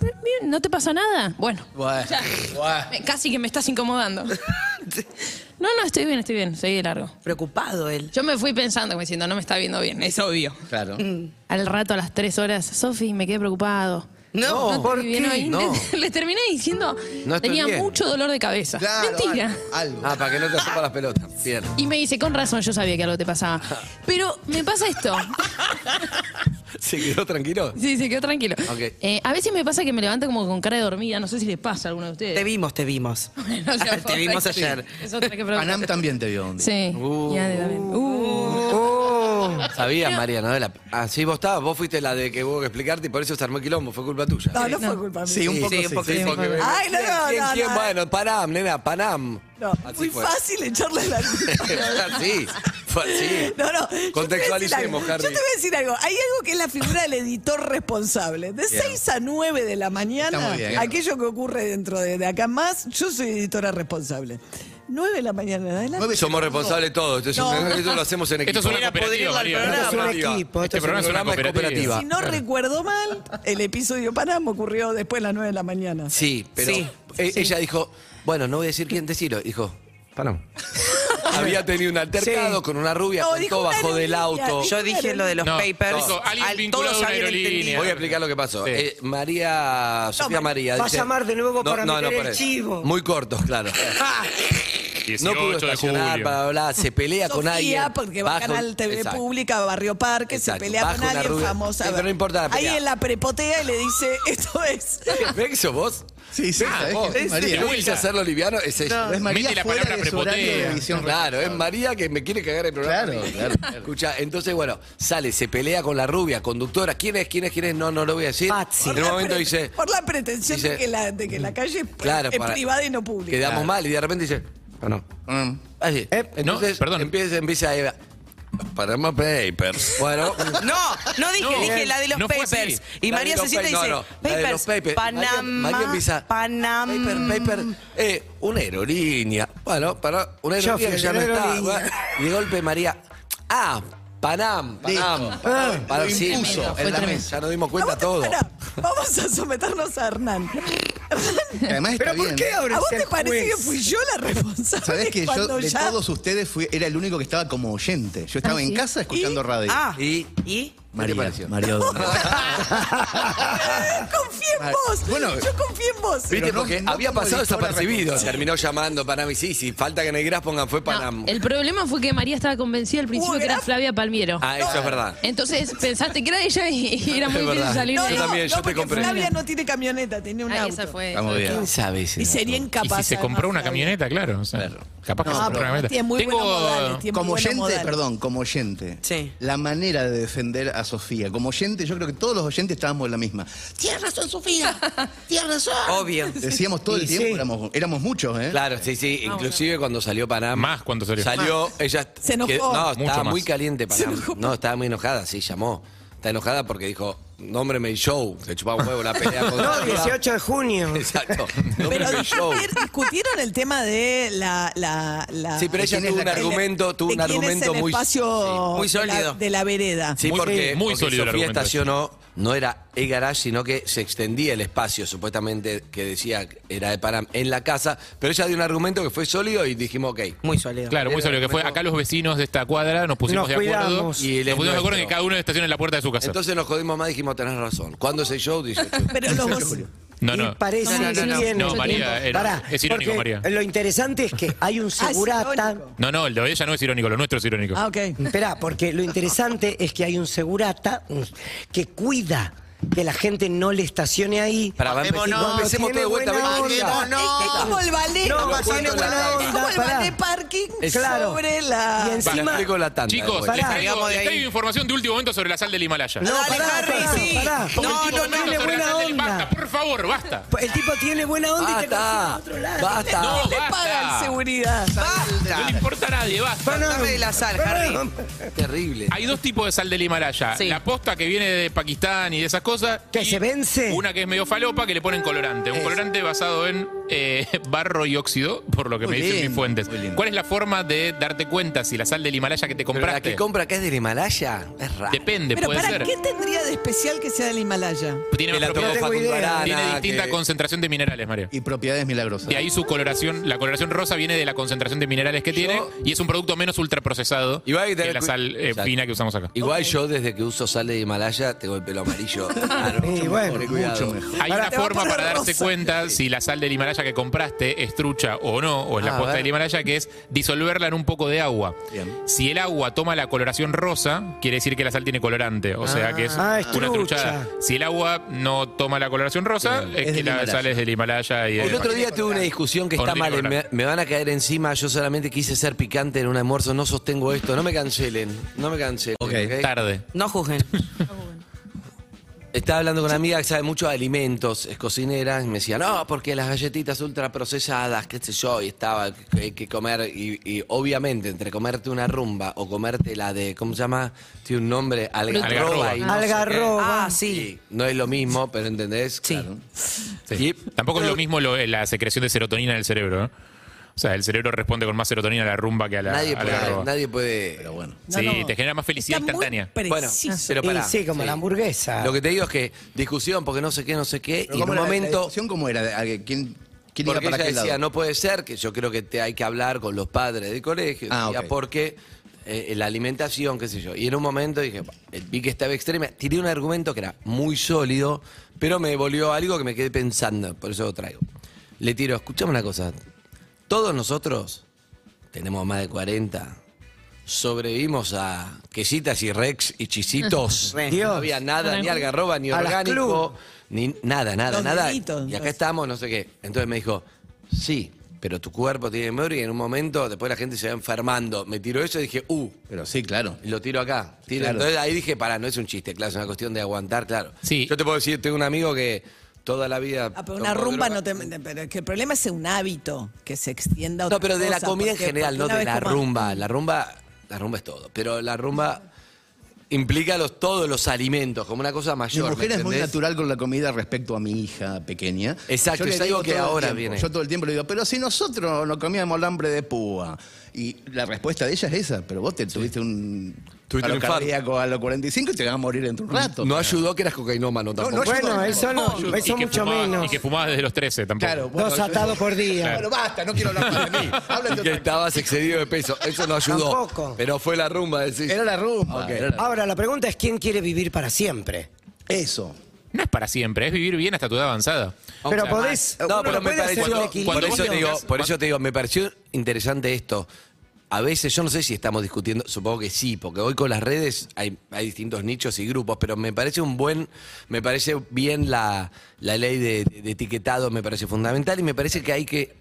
S15: bien, no te pasa nada. Bueno,
S10: Bueno,
S15: Ya.
S10: bueno.
S15: me- casi que me estás incomodando. No, no, estoy bien, estoy bien, seguí de largo.
S13: Preocupado él.
S15: Yo me fui pensando, como diciendo, no me está viendo bien, es obvio.
S14: Claro.
S13: Mm.
S15: Al rato, a las tres horas, Sofi, me quedé preocupado.
S13: No,
S15: estoy
S13: ¿por
S15: bien
S13: qué?
S15: hoy.
S13: No.
S15: Le, le terminé diciendo,
S10: No estoy
S15: tenía
S10: bien.
S15: mucho dolor de cabeza. Mentira.
S10: Ah, para que no te sepa las pelotas. Bien.
S15: Y me dice, con razón, yo sabía que algo te pasaba. Pero me pasa esto.
S10: ¿Se quedó tranquilo?
S15: Sí, se quedó tranquilo.
S10: Ok.
S15: Eh, a veces me pasa que me levanto como con cara de dormida. No sé si les pasa a alguno de ustedes.
S13: Te vimos, te vimos.
S15: No sea
S13: te vimos
S15: posta.
S13: ayer.
S15: Es otra que pregunto.
S14: Panam también te vio un día.
S15: Sí. Y Ade también.
S10: Sabías, Mariana, de la- así vos estabas, vos fuiste la de que hubo que explicarte y por eso se armó el quilombo, fue culpa tuya.
S16: No, no fue culpa mía.
S14: Sí, un poco sí, sí,
S10: porque-
S14: porque-
S16: Ay, no, no,
S10: ¿Quién,
S16: no,
S10: quién?
S16: no.
S10: Bueno, Panam, nena, Panam.
S16: No,
S10: Así
S16: muy
S10: fue.
S16: fácil echarle la culpa.
S10: sí, fue así.
S16: No, no. yo te voy a decir
S10: Contextualicemos,
S16: algo.
S10: Harry.
S16: Yo te voy a decir algo. Hay algo que es la figura del editor responsable. De
S10: Bien.
S16: 6 a 9 de la
S10: Está
S16: mañana,
S10: muy bien.
S16: aquello que ocurre dentro de, de acá más, yo soy editora responsable. 9 de la mañana en adelante.
S10: Somos responsables todos. Entonces,
S16: No.
S10: esto lo hacemos en equipo.
S12: Esto es una Mira, cooperativa, podría ir al María. programa. Esto es un equipo, Este esto es programa es un una programa, es cooperativa.
S16: Si no recuerdo mal, el episodio Panam ocurrió después de las 9 de la mañana.
S10: Sí, pero
S16: Sí.
S10: e- ella dijo, bueno, no voy a decir quién decirlo. Dijo, Panam. Había tenido un altercado con una rubia,
S13: No, dijo
S10: contó
S13: una
S10: bajo del
S13: aerolínea,
S10: auto.
S13: dijo Yo dije una lo de los aerolínea. papers. Dijo, alguien Al- vinculado todos a una habían aerolínea. entendido.
S10: Voy a explicar lo que pasó. Eh, María, Sofía
S11: No,
S10: María.
S11: va a
S10: dice-
S11: llamar de nuevo para meter el
S10: por eso.
S11: chivo.
S10: Muy corto, claro. no pudo
S12: 18 de
S10: estacionar,
S12: julio.
S10: bla, bla, bla, se pelea con alguien.
S16: Sofía, porque va a
S10: baja un-
S16: Canal TV
S10: Exacto.
S16: Pública, Barrio Parque,
S10: Exacto,
S16: se pelea
S10: baja
S16: con
S10: una
S16: alguien
S10: rubia.
S16: famosa.
S10: Sí, pero no importa la pelea.
S16: Ahí en la prepotea y le dice, esto es.
S10: ¿Ves que sos vos?
S14: Sí, sí,
S10: Ah,
S14: sabés
S10: vos.
S14: que es María.
S10: Si querés hacerlo liviano, es ella.
S14: No, es María mete la fuera palabra de su horario de prepotea. edición
S10: Claro, es María que me quiere cagar el programa.
S14: Claro,
S10: claro. Escucha, entonces, bueno, sale, se pelea con la rubia, conductora. ¿Quién es? ¿Quién es? ¿Quién es? No, no lo voy a decir. En un momento dice,
S16: Por la pretensión
S10: Dice- mm,
S16: de, que la, de que la calle es,
S10: Claro,
S16: es
S10: para-
S16: privada y no pública.
S10: quedamos mal y de repente dice, "Ah, Panam. Así. Eh, Entonces, empieza, empieza Eva. Panama Papers. Bueno.
S13: No, no dije,
S10: No.
S13: dije la de los
S10: No fue así.
S13: papers. Y
S10: La de
S13: María
S10: los
S13: se sienta y
S10: pa-
S13: dice,
S10: no, no, la de los papers.
S13: papers, Panamá,
S10: María- María empieza,
S13: Panamá.
S10: Paper, paper. Eh, una aerolínea. Bueno, para una
S13: Yo fui
S10: aerolínea que ya
S13: a
S10: no
S13: la
S10: está.
S13: aerolínea.
S10: Bueno, y de golpe María. Ah, Panam, Panam.
S14: Listo.
S10: Panam,
S14: Ah,
S10: Panam,
S14: lo
S10: sí,
S14: impuso
S10: mira,
S14: en
S10: fue
S14: la
S10: tremendo.
S14: mesa.
S10: Ya nos dimos cuenta todo.
S16: Ahora, vamos a someternos a Hernán.
S14: Además está
S16: ¿Pero por
S14: bien.
S16: qué ahora ¿A vos es el te parece juez? que fui yo la responsable
S14: Sabés que yo
S16: cuando
S14: de
S16: ya-
S14: todos ustedes fui, era el único que estaba como oyente. Yo estaba
S16: Ah,
S14: en
S16: ¿sí?
S14: casa escuchando radio.
S13: Ah,
S10: ¿Y?
S13: ¿Y?
S14: María, María Odom-
S16: Confié en
S10: Ah,
S16: vos. eh,
S10: bueno.
S16: yo confié en vos.
S10: Viste, porque había pasado desapercibido.
S16: Hubo
S10: Terminó llamando Panam y sí, sí, falta que en el Gras pongan fue Panam.
S13: eh,
S15: El problema fue que María estaba convencida al principio que era Flavia Palmiero.
S10: Ah, eso es verdad.
S15: Entonces pensaste que era ella y, y era muy
S10: Es
S15: difícil
S10: verdad.
S15: salir
S10: Yo
S15: de ahí. Ah,
S10: también, yo te
S16: porque
S10: compré.
S16: Flavia no tiene camioneta, tenía un auto.
S10: ¿Quién sabe ese
S16: Y sería
S10: dato?
S16: incapaz.
S12: Y si se compró una camioneta, claro. o sea, Capaz que
S14: No,
S12: se compró
S14: pero
S12: una camioneta.
S16: tiene muy buenos modales, tiene muy
S14: como
S16: buenos
S14: oyente,
S16: modales.
S14: perdón, como oyente. La manera de defender a Sofía. Como oyente, yo creo que todos los oyentes estábamos en la misma.
S2: Tienes razón, Sofía. Tienes razón.
S13: Obvio.
S14: Decíamos todo el tiempo, éramos, éramos muchos, ¿eh?
S10: Claro, sí,
S16: Ah,
S10: sí. Inclusive cuando salió Panam. Más cuando salió. Salió, ella.
S16: Se enojó.
S10: quedó- no,
S16: Mucho
S10: estaba
S16: más.
S10: muy caliente Panam. No, estaba muy enojada, sí, llamó. Está enojada porque dijo, nómbreme el show. Se chupaba un huevo la pelea con
S11: No, 18 de junio.
S10: Exacto. Nómbreme el show.
S16: Discutieron el tema de la. la- la-
S10: Sí, pero ella
S16: de
S10: tuvo un
S16: quién es la-
S10: argumento, tuvo
S16: de
S10: un
S16: quién es
S10: argumento
S16: el
S10: muy-
S16: espacio
S10: sí, muy
S16: de la-
S10: sólido.
S16: De la vereda.
S10: Sí, porque,
S12: muy
S10: porque
S12: sólido el
S10: Sofía
S12: argumento
S10: estacionó, no era el garage, sino que se extendía el espacio, supuestamente, que decía que era de Panam, en la casa. Pero ella dio un argumento que fue sólido y dijimos, ok.
S13: Muy sólido.
S12: Claro, muy sólido que fue. Acá los vecinos de esta cuadra nos pusimos
S10: Nos
S12: de acuerdo.
S10: cuidamos. Y
S12: Y
S10: él
S12: nos
S10: es
S12: pusimos de acuerdo en
S10: nuestro.
S12: que cada uno estaciona en la puerta de su casa.
S10: Entonces nos jodimos más, dijimos, tenés razón. ¿Cuándo es el show? Dice,
S16: Pero los
S12: no, no. No,
S11: Parece
S12: no, no,
S11: que
S12: no.
S11: tiene.
S12: No, María, era-
S11: Pará,
S12: es irónico,
S11: porque
S12: María.
S11: Lo interesante es que hay un segurata.
S12: No, no, el de ella no es irónico, lo nuestro es irónico.
S11: Esperá, porque lo interesante es que hay un segurata un- que cuida que la gente no le estacione ahí.
S10: Para, va, empecemos,
S11: Y
S10: no,
S11: cuando
S10: empecemos
S11: tiene
S10: todo de vuelta,
S11: buena
S10: venga,
S11: onda-
S10: venga.
S16: Es como el ballet.
S11: No,
S16: como
S11: va, tiene
S16: el-
S11: buena
S16: es como
S11: onda,
S16: el
S11: pará.
S16: ballet parking
S10: Es-
S11: Claro.
S16: sobre la.
S11: Y encima-
S10: Para, explico la tanda.
S12: Chicos,
S10: de vuelta.
S12: les traigo, les traigo información de último momento sobre la sal del Himalaya.
S11: No, pará, pará, pará.
S12: Último
S11: No, no,
S12: momento sobre
S11: tiene
S12: la
S11: buena
S12: sal del-
S11: onda.
S12: Basta, por favor, basta.
S10: Ah,
S11: El tipo tiene buena onda y te
S10: Basta.
S11: consigue otro lado.
S10: Basta.
S16: ¿Quién le paga el seguridad?
S12: No le importa a nadie, basta.
S13: Contame de la sal, Harry.
S10: Terrible.
S12: Hay dos tipos de sal del Himalaya.
S13: Sí.
S12: La posta que viene de Pakistán y de esas cosas. Que se vence. Una que es medio falopa que le ponen colorante. Un colorante basado en eh, barro y óxido, por lo que
S10: Muy
S12: me dicen
S10: lindo,
S12: mis fuentes. ¿Cuál es la forma de darte cuenta si la sal del Himalaya que te
S10: Pero la
S12: compraste?
S10: que compra acá es del Himalaya. Es raro.
S12: Depende,
S16: Pero
S12: puede
S16: ¿para
S12: ser.
S16: qué tendría de especial que sea del Himalaya?
S12: Tiene, más
S10: la tocó
S12: propiedades.
S10: Facundo Arana,
S12: Tiene distinta
S10: que-
S12: concentración de minerales, Mario.
S14: Y propiedades milagrosas.
S12: De ahí su coloración, la coloración rosa viene de la concentración de minerales que tiene y es un producto menos ultraprocesado
S10: que tener
S12: que la
S10: cu-
S12: sal eh,
S10: Exacto.
S12: fina que usamos acá.
S10: Igual yo, desde que uso sal de Himalaya, tengo el pelo amarillo. Claro, eh,
S12: Y
S10: bueno,
S12: Cuidado. Hay una forma para darse cuenta si la sal del Himalaya que compraste es trucha o no, o es
S10: Ah,
S12: la
S10: a
S12: posta
S10: ver.
S12: del Himalaya, que es disolverla en un poco de agua. Si el agua toma la coloración rosa, quiere decir que la sal tiene colorante, o sea que es,
S10: Ah, es
S12: una
S10: trucha.
S12: truchada. Si el agua no toma la coloración rosa, es, que
S10: del
S12: la
S10: Himalaya.
S12: sal es del Himalaya. Y
S10: El
S12: es-
S10: otro día tuve una discusión que
S12: Con
S10: está mal, eh,
S12: Ricardo
S10: me, me van a caer encima, yo solamente quise ser picante en un almuerzo, no sostengo esto, no me cancelen, no me cancelen. ¿ok?
S12: Tarde.
S13: No juzguen.
S10: Estaba hablando con una amiga que sabe mucho de alimentos, es cocinera, y me decía, no, porque las galletitas ultraprocesadas, qué sé yo, y estaba, que hay que comer, y, y obviamente entre comerte una rumba o comerte la de, ¿cómo se llama? Tiene un nombre, algarroba. y no sé qué.
S13: Ah, sí.
S10: No es lo mismo, pero ¿entendés? Sí.
S12: Sí. Tampoco es lo mismo lo- eh, la secreción de serotonina en el cerebro, ¿no? O sea, el cerebro responde con más serotonina a la rumba que a la
S10: nadie,
S12: a la
S10: puede,
S12: garroba.
S10: nadie puede. Pero bueno.
S12: Sí, te genera más felicidad instantánea.
S10: Bueno, pero
S11: Y
S10: pará.
S11: sí, como la hamburguesa.
S10: Lo que te digo es que discusión porque no sé qué, no sé qué.
S14: Pero
S10: Y en
S14: ¿cómo
S10: un
S14: era la- la
S10: momento.
S14: discusión cómo era? ¿A que- ¿Quién, quién iba
S10: Porque
S14: para
S10: ella
S14: qué
S10: decía,
S14: lado?
S10: no puede ser, que yo creo que te, hay que hablar con los padres del colegio.
S14: Ah,
S10: decía,
S14: ok.
S10: Porque eh, la alimentación, qué sé yo. Y en un momento dije, el pique estaba extrema. Tiré un argumento que era muy sólido, pero me devolvió algo que me quedé pensando. Por eso lo traigo. Le tiro, escuchame una cosa. Todos nosotros tenemos más de 40. Sobrevivimos a quesitas y rex y chisitos.
S11: Dios.
S10: No había nada, ni algarroba, ni
S11: A las
S10: orgánico,
S11: club.
S10: ni nada, nada,
S11: Los
S10: nada.
S11: deditos.
S10: Y acá estamos, no sé qué. Entonces me dijo, sí, pero tu cuerpo tiene memoria y en un momento después la gente se va enfermando. Me tiró eso y dije, uh.
S14: Pero sí, claro.
S10: Lo tiro acá. Tiro.
S14: Claro.
S10: Entonces ahí dije, pará, no es un chiste, claro, es una cuestión de aguantar, claro. Yo te puedo decir, tengo un amigo que toda la vida.
S16: Ah, pero una
S10: tomó
S16: rumba
S10: droga.
S16: no te. Pero es que el problema es un hábito que se extienda a
S10: No,
S16: otra
S10: pero de la
S16: cosa,
S10: comida en
S16: porque-
S10: general,
S16: porque
S10: no
S16: una
S10: de
S16: vez
S10: la
S16: comas-
S10: rumba. La rumba, la rumba es todo. Pero la rumba implica los, todos los alimentos, como una cosa
S14: Mi
S10: mayor. ¿me
S14: mujer es muy
S10: entendés?
S14: natural con la comida respecto a mi hija pequeña.
S10: Exacto,
S14: Yo le
S10: es
S14: digo
S10: algo que
S14: todo el
S10: ahora
S14: tiempo,
S10: viene.
S14: Yo todo el tiempo le digo, pero si nosotros no comíamos hambre de púa. Y la respuesta de ella es esa, pero vos te tuviste un
S10: Tuviste un
S14: paro
S10: infarto.
S14: cardíaco a los 45 y te vas a morir dentro de un rato.
S10: No ayudó que eras cocainómano tampoco.
S11: Bueno, eso no, eso
S12: Y que
S11: mucho
S12: fumabas-
S11: menos.
S12: Y que fumabas desde los 13 tampoco.
S14: Claro,
S11: bueno, Dos yo- atados por día.
S14: Bueno, basta, no quiero hablar más de mí. Habla
S10: Y que estabas excedido de peso. Eso no ayudó.
S11: Tampoco.
S10: Pero fue la rumba, decís.
S11: Era la rumba.
S10: Ok, Ah, era la-
S11: Ahora, la pregunta es quién quiere vivir para siempre.
S14: Eso.
S12: No es para siempre, es vivir bien hasta tu edad avanzada.
S11: Pero
S12: O sea,
S11: podés-
S10: No,
S11: uno
S10: pero me
S11: puede hacer un
S10: pareció.
S11: equilibrio.
S10: Por eso, te digo, por
S12: Cuando-
S10: eso te digo, me pareció interesante esto. A veces, yo no sé si estamos discutiendo, supongo que sí, porque hoy con las redes hay, hay distintos nichos y grupos, pero me parece un buen, me parece bien la, la ley de, de etiquetado, me parece fundamental y me parece que hay que,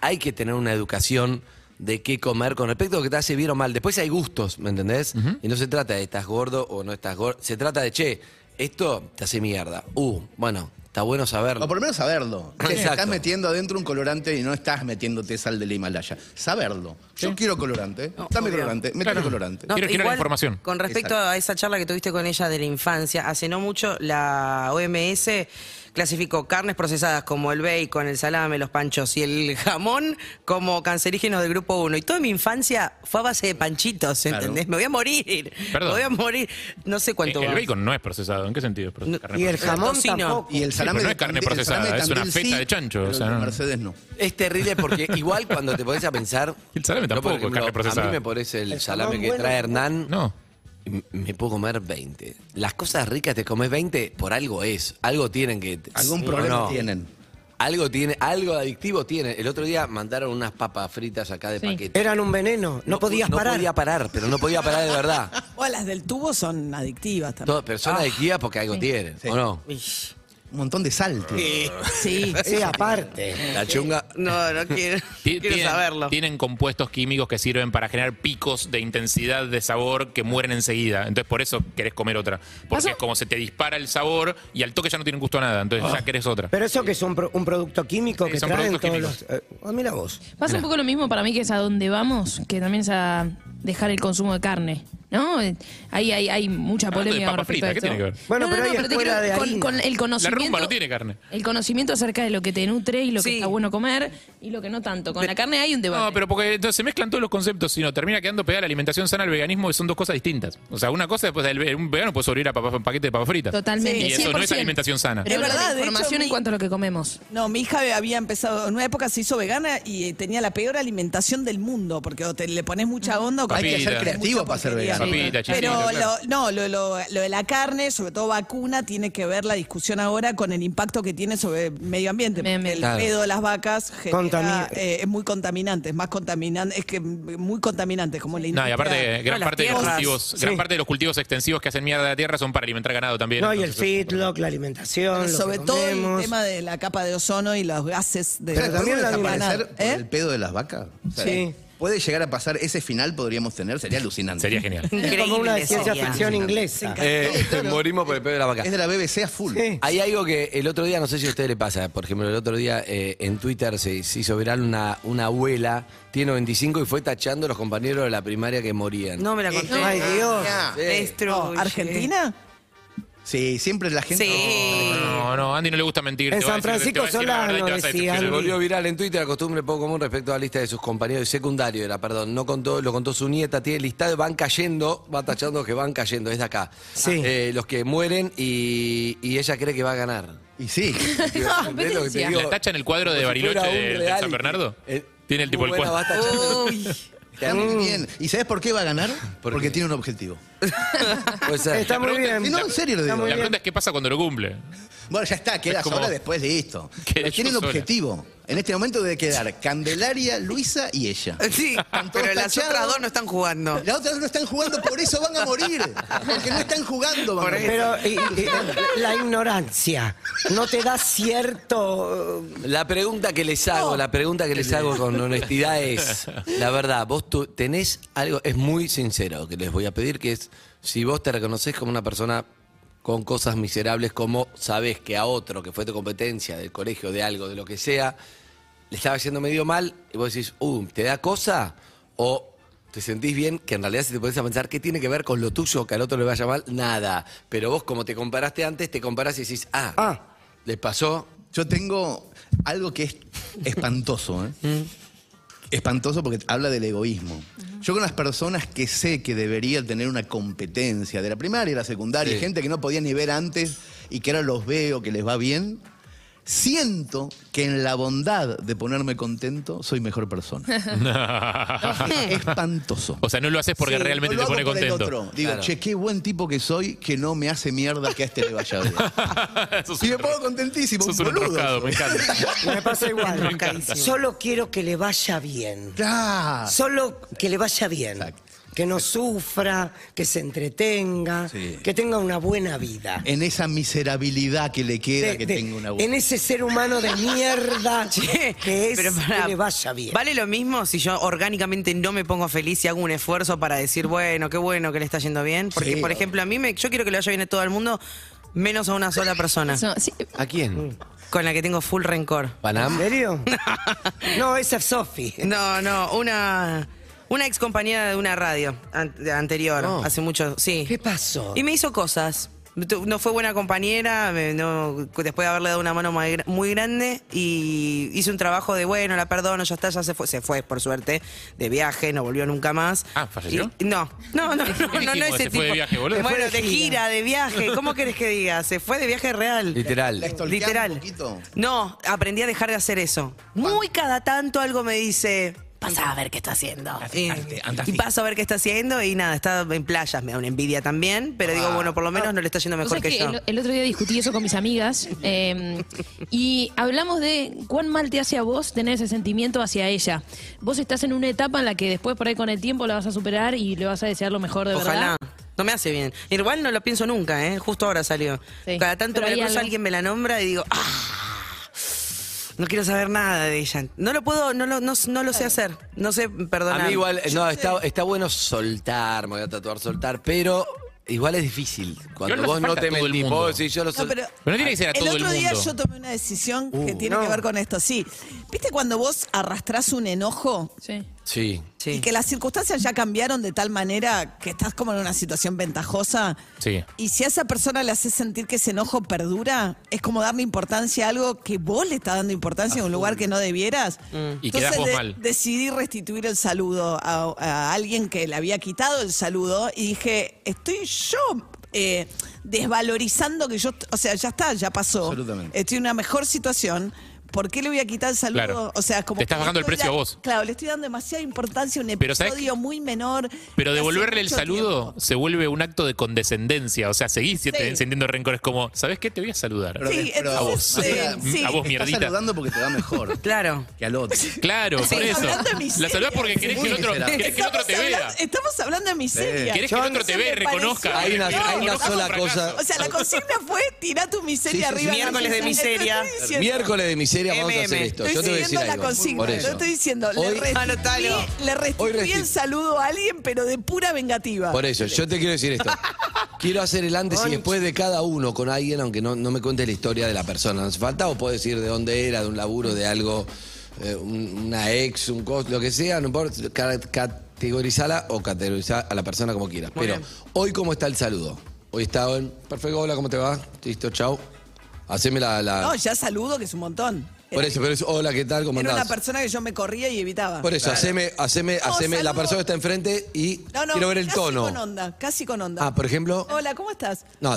S10: hay que tener una educación de qué comer con respecto a lo que te hace bien o mal. Después hay gustos, ¿me entendés? Y no se trata de estás gordo o no estás gordo, se trata de, che, esto te hace mierda. Uh, bueno, está bueno saberlo.
S14: O por lo menos saberlo. Che,
S10: Exacto.
S14: Estás metiendo adentro un colorante y no estás metiéndote sal del Himalaya. Saberlo. Yo quiero colorante. Dame
S13: obvio.
S14: colorante. Métete colorante.
S13: No, igual, Con respecto a esa charla que tuviste con ella de la infancia, hace no mucho la OMS clasificó carnes procesadas como el bacon, el salame, los panchos y el jamón como cancerígenos del grupo 1. Y toda mi infancia fue a base de panchitos, ¿entendés? Me voy a morir.
S12: Perdón.
S13: Me voy a morir. No sé cuánto
S12: El
S13: va.
S12: bacon no es procesado. ¿En qué sentido es proce- carne
S13: y el
S12: procesada?
S13: jamón Tocino. tampoco.
S14: Y el
S12: Sí,
S14: salame
S12: pero no es
S14: de
S12: carne
S14: Tandil- el salame
S12: procesada,
S14: de
S12: es una
S14: Tandil
S12: feta
S14: sí,
S12: de chancho.
S14: pero
S12: O
S14: el
S12: sea,
S14: de
S12: no.
S14: Mercedes no.
S10: Es terrible porque igual cuando te pones a pensar.
S12: El salame
S10: yo, por
S12: tampoco es carne procesada.
S10: A mí me pones el,
S12: El
S10: salame
S12: salmón
S10: que
S12: bueno
S10: trae
S12: tampoco.
S10: Hernán.
S12: No.
S10: m- Me puedo comer 20. Las cosas ricas te comes 20 por algo es. Algo tienen que.
S14: Algún
S10: ¿o
S14: problema
S10: no?
S14: tienen.
S10: Algo tiene, algo adictivo tiene. El otro día mandaron unas papas fritas acá de paquete.
S13: Eh,
S11: Eran un veneno, no, podías
S10: no
S11: parar.
S10: podía parar, pero no podía parar de verdad.
S16: O las del tubo son adictivas también.
S10: Todas personas adictivas porque algo tienen, ¿o no?
S14: un montón de salte.
S11: Sí, sí, aparte.
S12: La chunga.
S13: No, no quiero, quiero
S12: tienen,
S13: saberlo.
S12: tienen compuestos químicos que sirven para generar picos de intensidad de sabor que mueren enseguida. Entonces, por eso querés comer otra. Porque es como se te dispara el sabor y al toque ya no tiene gusto a nada. Entonces, ya querés otra.
S11: Pero eso que es un, pro- un producto químico que
S12: son
S11: traen
S12: productos
S11: todos
S12: químicos.
S11: los. eh, ah, mira vos.
S15: Pasa un
S11: Mirá.
S15: poco lo mismo para mí que es a donde vamos, que también es a dejar el consumo de carne. ¿No? Ahí hay, hay mucha
S12: Hablando de
S15: polémica con
S12: papas
S15: respecto
S12: fritas,
S15: a
S12: ¿qué
S15: esto.
S12: tiene que ver?
S11: Bueno, pero hay
S15: te
S11: escuela
S15: creo
S11: de
S15: que con,
S11: harina.
S15: con el
S12: La
S15: conocimiento.
S12: rumba no tiene carne.
S15: El conocimiento acerca de lo que te nutre y lo que está bueno comer y lo que no tanto. Con la carne hay un debate.
S12: No, pero porque entonces se mezclan todos los conceptos, sino termina quedando pegada la alimentación sana al veganismo, que son dos cosas distintas. O sea, una cosa después del un vegano puede sobrevivir a papas- un paquete de papas fritas.
S15: Totalmente,
S12: Y eso no es
S15: 100%.
S12: alimentación sana.
S15: Pero
S16: verdad,
S15: la
S16: de hecho,
S15: información
S16: mi-
S15: en cuanto a lo que comemos.
S16: No, mi hija había empezado, en una época se hizo vegana y eh, tenía la peor alimentación del mundo, porque o te le pones mucha onda o
S14: Hay que
S16: comés
S14: ser
S16: mucha
S14: creativo para ser
S16: porquería.
S14: vegano.
S16: Pero lo, no, lo, lo- lo de la carne, sobre todo vacuna, tiene que ver la discusión ahora con el impacto que tiene sobre el medio ambiente. porque el
S11: Claro.
S16: pedo de las vacas genera,
S11: Contamina-
S16: eh, es muy contaminante, es más contaminante, es que muy contaminante, como la
S12: No, y
S16: industria.
S12: aparte, gran, parte de, los
S11: tierras.
S12: cultivos, gran
S11: Sí.
S12: parte de los cultivos extensivos que hacen mierda de la tierra son para alimentar ganado también.
S11: No, y el
S12: entonces-
S11: feedlock, la alimentación, lo
S16: sobre
S11: que
S16: todo el
S11: comemos.
S16: tema de la capa de ozono y los gases de
S14: Pero también
S16: de
S14: desaparecer
S16: ganado.
S14: por el pedo de las vacas. O sea,
S11: Sí.
S14: Puede llegar a pasar ese final, podríamos tener, sería alucinante.
S12: Sería genial.
S11: Es como una ciencia ficción inglesa.
S10: Eh, morimos por el pedo de la vaca.
S14: Es de la BBC a full.
S10: Hay algo que el otro día, no sé si a ustedes le pasa, por ejemplo, el otro día eh, en Twitter se, se hizo viral una, una abuela, tiene 95 y fue tachando a los compañeros de la primaria que morían.
S13: No me
S14: Eh,
S13: la conté. Ah,
S11: Ay, Dios.
S13: Destruye.
S16: ¿Argentina?
S14: Sí, siempre la gente.
S13: Sí.
S12: No, no, a Andy no le gusta mentir. te va a decir- te va a decir la verdad y te vas a
S10: Se
S12: decepcionar.
S10: volvió viral en Twitter la costumbre poco común respecto a la lista de sus compañeros de secundario, era, perdón, no contó, lo contó su nieta, tiene listado, van cayendo, va tachando que van cayendo, es de acá. Eh, los que mueren y, y ella cree que va a ganar.
S14: Y sí.
S10: ¿Entendés lo que te digo?
S12: ¿La tacha en el cuadro
S10: Como
S12: de
S10: si
S12: Bariloche
S10: fuera un
S12: de, de
S10: reality.
S12: San Bernardo?
S10: Eh,
S12: Tiene el tipo
S10: muy
S12: el
S10: buena,
S12: cuadro.
S10: va tachando.
S14: Está muy bien. ¿Y sabes por qué va a ganar? Porque tiene un objetivo.
S10: Puede ser.
S11: Está muy bien.
S14: Sí, no, en serio lo
S11: Está
S14: digo.
S11: muy
S12: La
S11: bien.
S12: pregunta es qué pasa cuando lo cumple.
S14: Bueno, ya está,
S12: Es
S14: quedas
S12: como-
S14: sola después, listo. Pero
S12: Quedé
S14: tiene
S12: yo
S14: un
S12: sola.
S14: objetivo. En este momento debe quedar Candelaria, Luisa y ella.
S13: Sí, pero las
S14: tachados.
S13: otras dos no están jugando.
S14: Las otras no están jugando, por eso van a morir. Porque no están jugando. van a morir.
S11: Pero y- y- la ignorancia no te da cierto. eh,
S10: La pregunta que les hago, la pregunta que les hago con honestidad es, la verdad, vos tú tenés algo, es muy sincero que les voy a pedir, que es si vos te reconoces como una persona con cosas miserables, como sabés que a otro que fue tu competencia del colegio, de algo, de lo que sea, le estaba yendo medio mal, y vos decís, uh, ¿te da cosa? O te sentís bien, que en realidad si te pones a pensar, ¿qué tiene que ver con lo tuyo que al otro le vaya mal? Nada. Pero vos como te comparaste antes, te comparás y decís, ah, le pasó...
S14: Yo tengo algo que es espantoso, ¿eh?
S12: Mm.
S14: Espantoso porque habla del egoísmo. Yo con las personas que sé que deberían tener una competencia de la primaria, la secundaria,
S10: Sí.
S14: gente que no podía ni ver antes y que ahora los veo, que les va bien, siento que en la bondad de ponerme contento soy mejor persona. Espantoso.
S12: O sea, no lo haces porque
S14: Sí,
S12: realmente
S14: no lo
S12: te pone
S14: hago por el
S12: contento.
S14: otro. Digo, che, qué buen tipo que soy que no me hace mierda que a este le vaya bien.
S12: Sos
S14: y me
S12: un-
S14: pongo contentísimo.
S12: sos
S14: un
S12: un
S14: boludo
S12: enroscado, me
S14: soy.
S12: encanta.
S11: Me pasa
S12: Me
S11: igual.
S12: encanta.
S11: Solo quiero que le vaya bien.
S14: Claro.
S11: Solo que le vaya bien. Que no sufra, que se entretenga,
S14: Sí.
S11: que tenga una buena vida.
S14: En esa miserabilidad que le queda
S11: De-
S14: que
S11: de-
S14: tengo una buena.
S11: en ese ser humano de mierda que es
S13: Pero pará,
S11: que le vaya bien.
S13: ¿Vale lo mismo si yo orgánicamente no me pongo feliz y hago un esfuerzo para decir, bueno, qué bueno que le está yendo bien? Porque,
S14: Sí,
S13: por
S14: obvio.
S13: ejemplo, a mí me, yo quiero que le vaya bien a todo el mundo, menos a una sola persona.
S10: ¿A quién?
S13: Con la que tengo full rencor.
S10: ¿Panam?
S11: serio? No, esa es Sofi.
S13: No, no, una, una ex compañera de una radio an- de anterior,
S11: No.
S13: hace mucho, sí.
S11: Oh. ¿Qué pasó?
S13: Y me hizo cosas. Tu- No fue buena compañera, me- no- después de haberle dado una mano muy gra- muy grande y hice un trabajo de, bueno, la perdono, ya está, ya se fue, se fue, por suerte, de viaje, no volvió nunca más.
S12: Ah, ¿falleció?
S13: Y- no, no, no, no, no, no,
S12: dijimos?
S13: ese
S12: Se fue
S13: tipo.
S12: de viaje, boludo.
S13: Bueno,
S12: Se fue
S13: de
S12: de
S13: gira, de viaje, ¿cómo querés que diga? Se fue de viaje
S16: Mm.
S13: real.
S10: Literal.
S14: La stalkean
S13: Literal.
S14: un poquito.
S13: No, aprendí a dejar de hacer eso. Muy cada tanto algo me dice, pasa a ver qué está haciendo. Y, y paso a ver qué está haciendo y nada, está en playas, me da una envidia también, pero
S14: Ah.
S13: digo, bueno, por lo menos no le está yendo
S15: Vos
S13: mejor que,
S15: sabés
S13: yo.
S15: El, el otro día discutí eso con mis amigas eh, y hablamos de cuán mal te hace a vos tener ese sentimiento hacia ella. Vos estás en una etapa en la que después por ahí con el tiempo la vas a superar y le vas a desear lo mejor de
S13: Ojalá.
S15: verdad.
S13: No me hace bien. Igual no lo pienso nunca, ¿eh? Justo ahora salió. Cada tanto
S15: pero
S13: me la
S15: hay
S13: cruzo,
S15: algo.
S13: alguien me la nombra y digo, ¡ah! No quiero saber nada de ella. No lo puedo, no lo, no, no lo sé hacer. No sé perdonar.
S10: A mí igual, no, está, está bueno soltar, me voy a tatuar, soltar, pero igual es difícil. Cuando
S12: no hace
S10: vos no
S12: falta
S10: te
S12: todo el
S10: mentís,
S12: mundo.
S10: vos decís, yo lo sol-
S16: pero,
S12: Pero no tiene que ser a todo el
S16: otro día
S12: mundo.
S16: yo tomé una decisión que
S10: Uh,
S16: tiene
S10: no.
S16: que ver con esto. Sí. ¿Viste cuando vos arrastrás un enojo? Sí.
S10: Sí.
S16: Y que las circunstancias ya cambiaron de tal manera que estás como en una situación ventajosa.
S12: Sí.
S16: Y si a esa persona le haces sentir que ese enojo perdura, es como darle importancia a algo que vos le estás dando importancia en un lugar que no debieras.
S12: Mm. Y quedás vos
S16: de-
S12: mal.
S16: decidí restituir el saludo a, a alguien que le había quitado el saludo y dije, estoy yo eh, desvalorizando que yo, o sea, ya está, ya pasó.
S14: Absolutamente.
S16: Estoy en una mejor situación. ¿Por qué le voy a quitar el saludo?
S12: Claro.
S16: O sea, es como
S12: Te estás
S16: que
S12: bajando el
S16: estoy
S12: precio
S16: da-
S12: a vos.
S16: Claro, le estoy dando demasiada importancia a un
S12: Pero ¿sabés
S16: episodio muy menor.
S12: Pero
S16: de hace
S12: devolverle el
S16: mucho
S12: saludo
S16: tiempo.
S12: se vuelve un acto de condescendencia. O sea, seguís
S16: Sí.
S12: te- sintiendo rencores como, ¿sabés qué? Te voy a saludar.
S14: Pero des- pero
S12: a vos.
S14: María,
S16: eh,
S12: A vos,
S14: Estás
S12: mierdita.
S14: saludando porque te va mejor.
S13: Claro.
S14: Que al otro.
S12: Claro,
S14: Sí,
S12: por eso.
S14: hablando de
S12: La
S14: miseria.
S12: saludás porque querés que el otro,
S14: Muy
S12: querés que el otro te
S16: Estamos
S12: vea.
S16: hablando- Estamos hablando de miseria.
S12: ¿Querés que el otro te vea y reconozca?
S10: Hay una- hay una
S16: estamos
S10: sola
S16: fracaso.
S10: cosa-
S16: O sea, la consigna fue tirar tu miseria
S10: Sí, sí, sí.
S16: arriba.
S10: Miércoles
S16: la
S10: de
S16: mesa.
S10: miseria.
S16: Te estoy diciendo-
S10: Miércoles de miseria, vamos a hacer
S16: MM.
S10: esto.
S16: Estoy
S10: Yo te voy a
S16: siguiendo
S10: decir
S16: la
S10: algo.
S16: consigna.
S10: Por
S16: Yo
S10: eso.
S16: estoy diciendo,
S10: Hoy-
S16: le restituí,
S10: Anotalo.
S16: le restituí
S10: Hoy resti-
S16: el saludo a alguien, pero de pura vengativa.
S10: Por eso, yo te quiero decir esto. Quiero hacer el antes y después de cada uno con alguien, aunque no, no me cuentes la historia de la persona. ¿No hace falta? O puedo decir de dónde era, de un laburo, de algo, eh, un- una ex, un cos, lo que sea, no importa. ca- Categorizala o categorizar a la persona como quieras.
S13: Muy
S10: Pero
S13: bien.
S10: hoy, ¿cómo está el saludo? Hoy está en. Perfecto, hola, ¿cómo te va? Listo, chao. Haceme la. la-
S16: No, ya saludo, que es un montón.
S10: por eso, pero es, hola, ¿qué tal? ¿Cómo
S16: Era una
S10: andás?
S16: persona que yo me corría y evitaba.
S10: Por eso,
S16: Claro.
S10: haceme, haceme,
S16: No,
S10: haceme la
S16: saludo.
S10: persona que está enfrente y
S16: No, no,
S10: quiero ver el
S16: casi
S10: tono.
S16: con onda, casi con onda.
S10: Ah, por ejemplo.
S16: Hola, ¿cómo estás?
S10: No,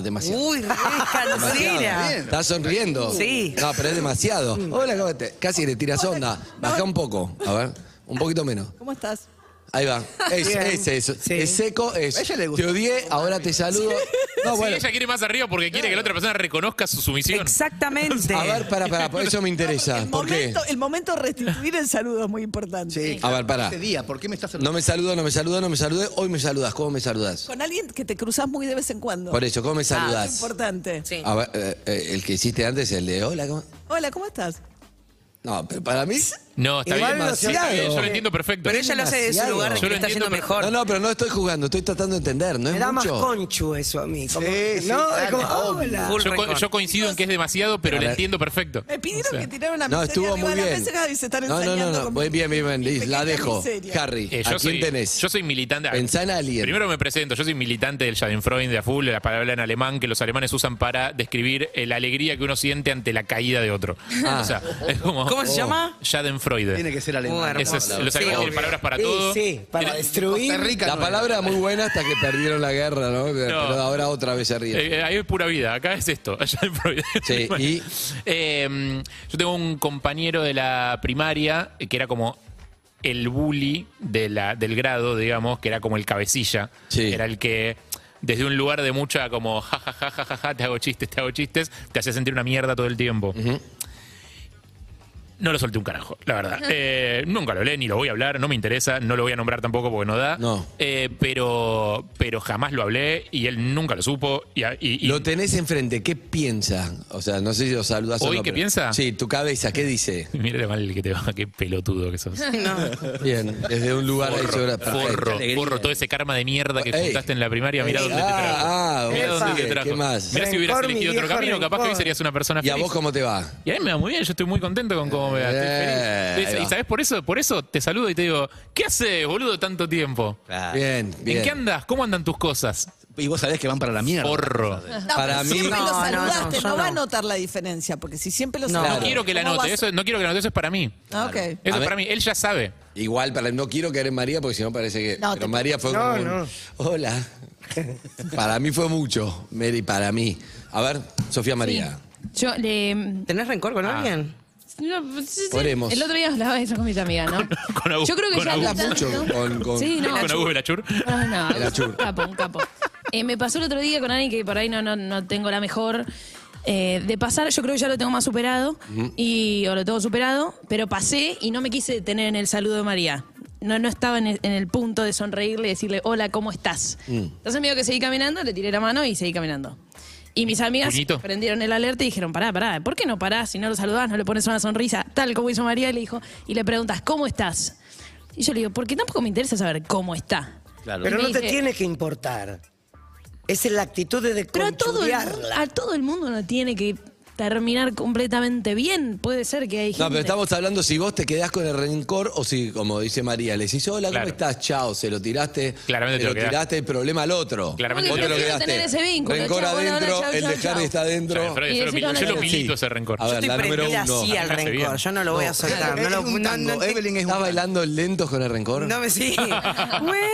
S10: demasiado.
S16: Demasiado.
S14: ¿eh?
S10: Está sonriendo.
S16: Sí.
S10: No, pero es demasiado. Hola, ¿cómo te- Casi le tiras onda. Baja un poco. A ver, un poquito menos.
S16: ¿Cómo estás?
S10: Ahí va. Es,
S12: Bien.
S10: es eso. Es seco, es.
S12: A ella le gusta.
S10: te odié, ahora te saludo. No,
S12: Sí,
S10: bueno.
S12: ella quiere más arriba porque quiere que la otra persona reconozca su sumisión.
S13: Exactamente.
S10: A ver, para, para, por eso me interesa. ¿Por qué?
S16: Momento- el momento de restituir el saludo es muy importante.
S10: A ver, pará.
S14: Ese día, ¿por qué me estás
S10: No me saludo, no me saludo, no me saludé. Hoy me saludas. ¿Cómo me saludas?
S16: Con alguien que te cruzas muy de vez en cuando. Ah,
S10: Por eso,
S12: Ah,
S10: ¿cómo me saludás?
S16: Es importante.
S10: A ver, eh, eh, el que hiciste antes, el de hola, ¿cómo?
S16: Hola, ¿cómo estás?
S10: No, pero para mí.
S12: No, está
S10: Igual
S12: bien.
S10: demasiado.
S12: Está bien, yo lo entiendo perfecto.
S13: Pero ella lo hace de su lugar de
S12: Yo
S13: que
S12: lo
S13: le está
S12: entiendo
S13: yendo mejor.
S10: No, no, pero no estoy jugando, estoy tratando de entender, ¿no es
S11: Me da más
S10: mucho?
S11: conchu eso a mí. como-
S10: sí,
S11: no,
S10: claro,
S11: es como,
S10: obvio.
S11: hola.
S12: Yo, co- yo coincido en que es demasiado, pero
S10: A
S12: lo
S10: ver.
S12: entiendo perfecto.
S16: Me pidieron
S12: O sea.
S16: que tirara una
S10: No,
S16: miseria
S10: estuvo
S16: arriba
S10: muy
S16: de la
S10: bien.
S16: mesa y se están
S10: No, no,
S16: ensañando
S10: no, no.
S16: con-
S10: Muy bien, bien, bien, Liz, la
S16: pequeña
S10: dejo.
S16: miseria.
S10: Harry,
S12: Eh,
S10: ¿a quién
S12: soy,
S10: tenés?
S12: Yo soy militante.
S10: Pensá en alguien.
S12: Primero me presento, yo soy militante del Schadenfreude, de Aful, la palabra en alemán que los alemanes usan para describir eh, la alegría que uno siente ante la caída de otro.
S14: Ah.
S12: O sea, es como-
S14: ¿Cómo se
S12: Oh.
S14: llama?
S12: Schadenfreude.
S14: Tiene que ser alemán.
S12: Muy hermoso. Eso es- los alemanes tienen palabras para
S14: Sí,
S12: todo.
S14: sí,
S12: para
S14: destruir. Costa Rica
S10: la
S14: no
S10: palabra muy buena hasta que perdieron la guerra, ¿no? Pero ahora otra vez se ríen.
S12: Eh, eh, ahí es pura vida, acá es esto. allá en Florida.
S10: Sí,
S12: Bueno.
S10: y-
S12: Eh, yo tengo un compañero de la primaria eh, que era como el bully de la, del grado, digamos, que era como el cabecilla. Era el que desde un lugar de mucha como ja, ja, ja, ja, ja, ja, te hago chistes, te hago chistes, te hacía sentir una mierda todo el tiempo. No lo solté un carajo, la verdad. Eh, nunca lo hablé, ni lo voy a hablar, no me interesa, no lo voy a nombrar tampoco porque no da. Eh, pero, pero jamás lo hablé y él nunca lo supo. Y, a- y- y-
S10: Lo tenés enfrente, ¿qué piensa? O sea, no sé si lo saludás o
S12: ¿Hoy
S10: no,
S12: qué
S10: pero-
S12: piensa?
S10: Sí, tu cabeza, ¿qué dice?
S12: Mira lo mal que te va, qué pelotudo que sos.
S10: Bien, desde un lugar ahí
S12: Forro,
S10: sobre- perfecto.
S12: forro, forro, todo ese karma de mierda que
S10: Ey.
S12: juntaste en la primaria, mirá
S10: Ey.
S12: dónde te trajo.
S10: Ah, ah,
S12: mirá
S10: vos
S12: dónde
S10: sigue,
S12: te trajo.
S10: ¿qué más?
S12: Mirá si hubieras
S10: Rencor, mi
S12: elegido otro
S10: viejo
S12: camino, capaz que hoy
S10: rencor.
S12: serías una persona
S10: ¿Y a
S12: feliz.
S10: vos cómo te va?
S12: Y a mí me va muy bien, yo estoy muy contento con cómo me va. Estoy
S10: Eh,
S12: feliz.
S10: ahí
S12: Y-
S10: va.
S12: Y sabes por eso, por eso te saludo y te digo, ¿qué haces, boludo, tanto tiempo?
S11: Ah.
S10: Bien, bien.
S12: ¿En qué andas? ¿Cómo andan tus cosas?
S14: Y vos sabés que van para la mierda.
S12: Porro.
S16: No, pero siempre lo saludaste, no, va a notar la diferencia, porque si siempre lo
S12: No,
S16: saludas.
S12: quiero que la
S16: ¿cómo
S12: note,
S16: vas-
S12: eso, no quiero que la note, eso es para mí.
S16: Ah, ok.
S12: Eso
S10: A
S12: es
S10: ver.
S12: para mí, él ya sabe.
S10: Igual, para, no quiero caer en María porque si no parece que.
S12: No,
S10: pero
S12: te-
S10: María fue
S12: No,
S10: como. un,
S12: no.
S10: Hola. para mí fue mucho, Mary, para mí. A ver, Sofía María.
S15: Yo le. em,
S13: ¿Tenés rencor con
S10: Ah.
S13: alguien?
S15: No, pues, sí, sí.
S10: Oremos.
S15: El otro día hablaba de eso con mi amiga, ¿no?
S12: Con Agus-
S15: Yo creo que
S12: con
S15: ya
S12: Agus.
S15: hablas mucho
S10: con- con-
S15: Sí, no.
S12: con Agus Belachur.
S15: No, no,
S12: Era chur.
S15: un capo, un capo. Eh, me pasó el otro día con alguien que por ahí no, no, no tengo la mejor eh, de pasar. Yo creo que ya lo tengo más superado,
S1: Ujú.
S15: y, o lo tengo superado, pero pasé y no me quise detener en el saludo de María. no, no estaba en el, en el punto de sonreírle y decirle, hola, ¿cómo estás?
S14: Mm.
S15: Entonces medio que seguí caminando, le tiré la mano y seguí caminando. Y mis amigas
S12: Puñito.
S15: prendieron el alerta y dijeron, pará, pará, ¿por qué no parás? Si no lo saludás, no le pones una sonrisa, tal como hizo María, y le dijo, y le preguntas, ¿cómo estás? Y yo le digo, porque tampoco me interesa saber cómo está.
S11: Pero
S15: Y
S11: no
S15: me
S11: te
S15: dice-
S11: tiene que importar. Esa es la actitud de
S15: Pero a todo, el, mundo-
S11: desconchudearla.
S15: a todo el mundo no tiene que terminar completamente bien. Puede ser que hay gente.
S10: No, pero estamos hablando si vos te quedás con el rencor o si, como dice María, le decís, hola, ¿cómo estás? Chao, se lo tiraste.
S12: Claramente
S10: se
S12: te
S10: lo
S12: lo quedás.
S10: tiraste el problema al otro.
S12: Claramente
S10: Vos
S12: te lo
S10: te lo
S12: quedás.
S10: quedaste.
S15: Tener ese vínculo,
S10: Rencor
S15: chao, bueno,
S10: adentro,
S15: chao,
S10: el
S15: chao,
S10: dejar
S15: chao.
S10: está adentro.
S12: Claro, Freud,
S15: Y
S12: yo,
S15: decirlo
S12: lo, mil-
S15: a la
S12: yo lo
S15: cara.
S12: milito ese rencor.
S10: A ver, la número uno.
S13: así al
S10: Arrancarse
S13: rencor,
S10: bien.
S13: yo no lo voy a soltar. No, lo-
S10: Es un
S13: no-
S10: tango.
S13: no-
S10: Evelyn ¿Está bailando lentos con el rencor? Ah,
S13: No me sí.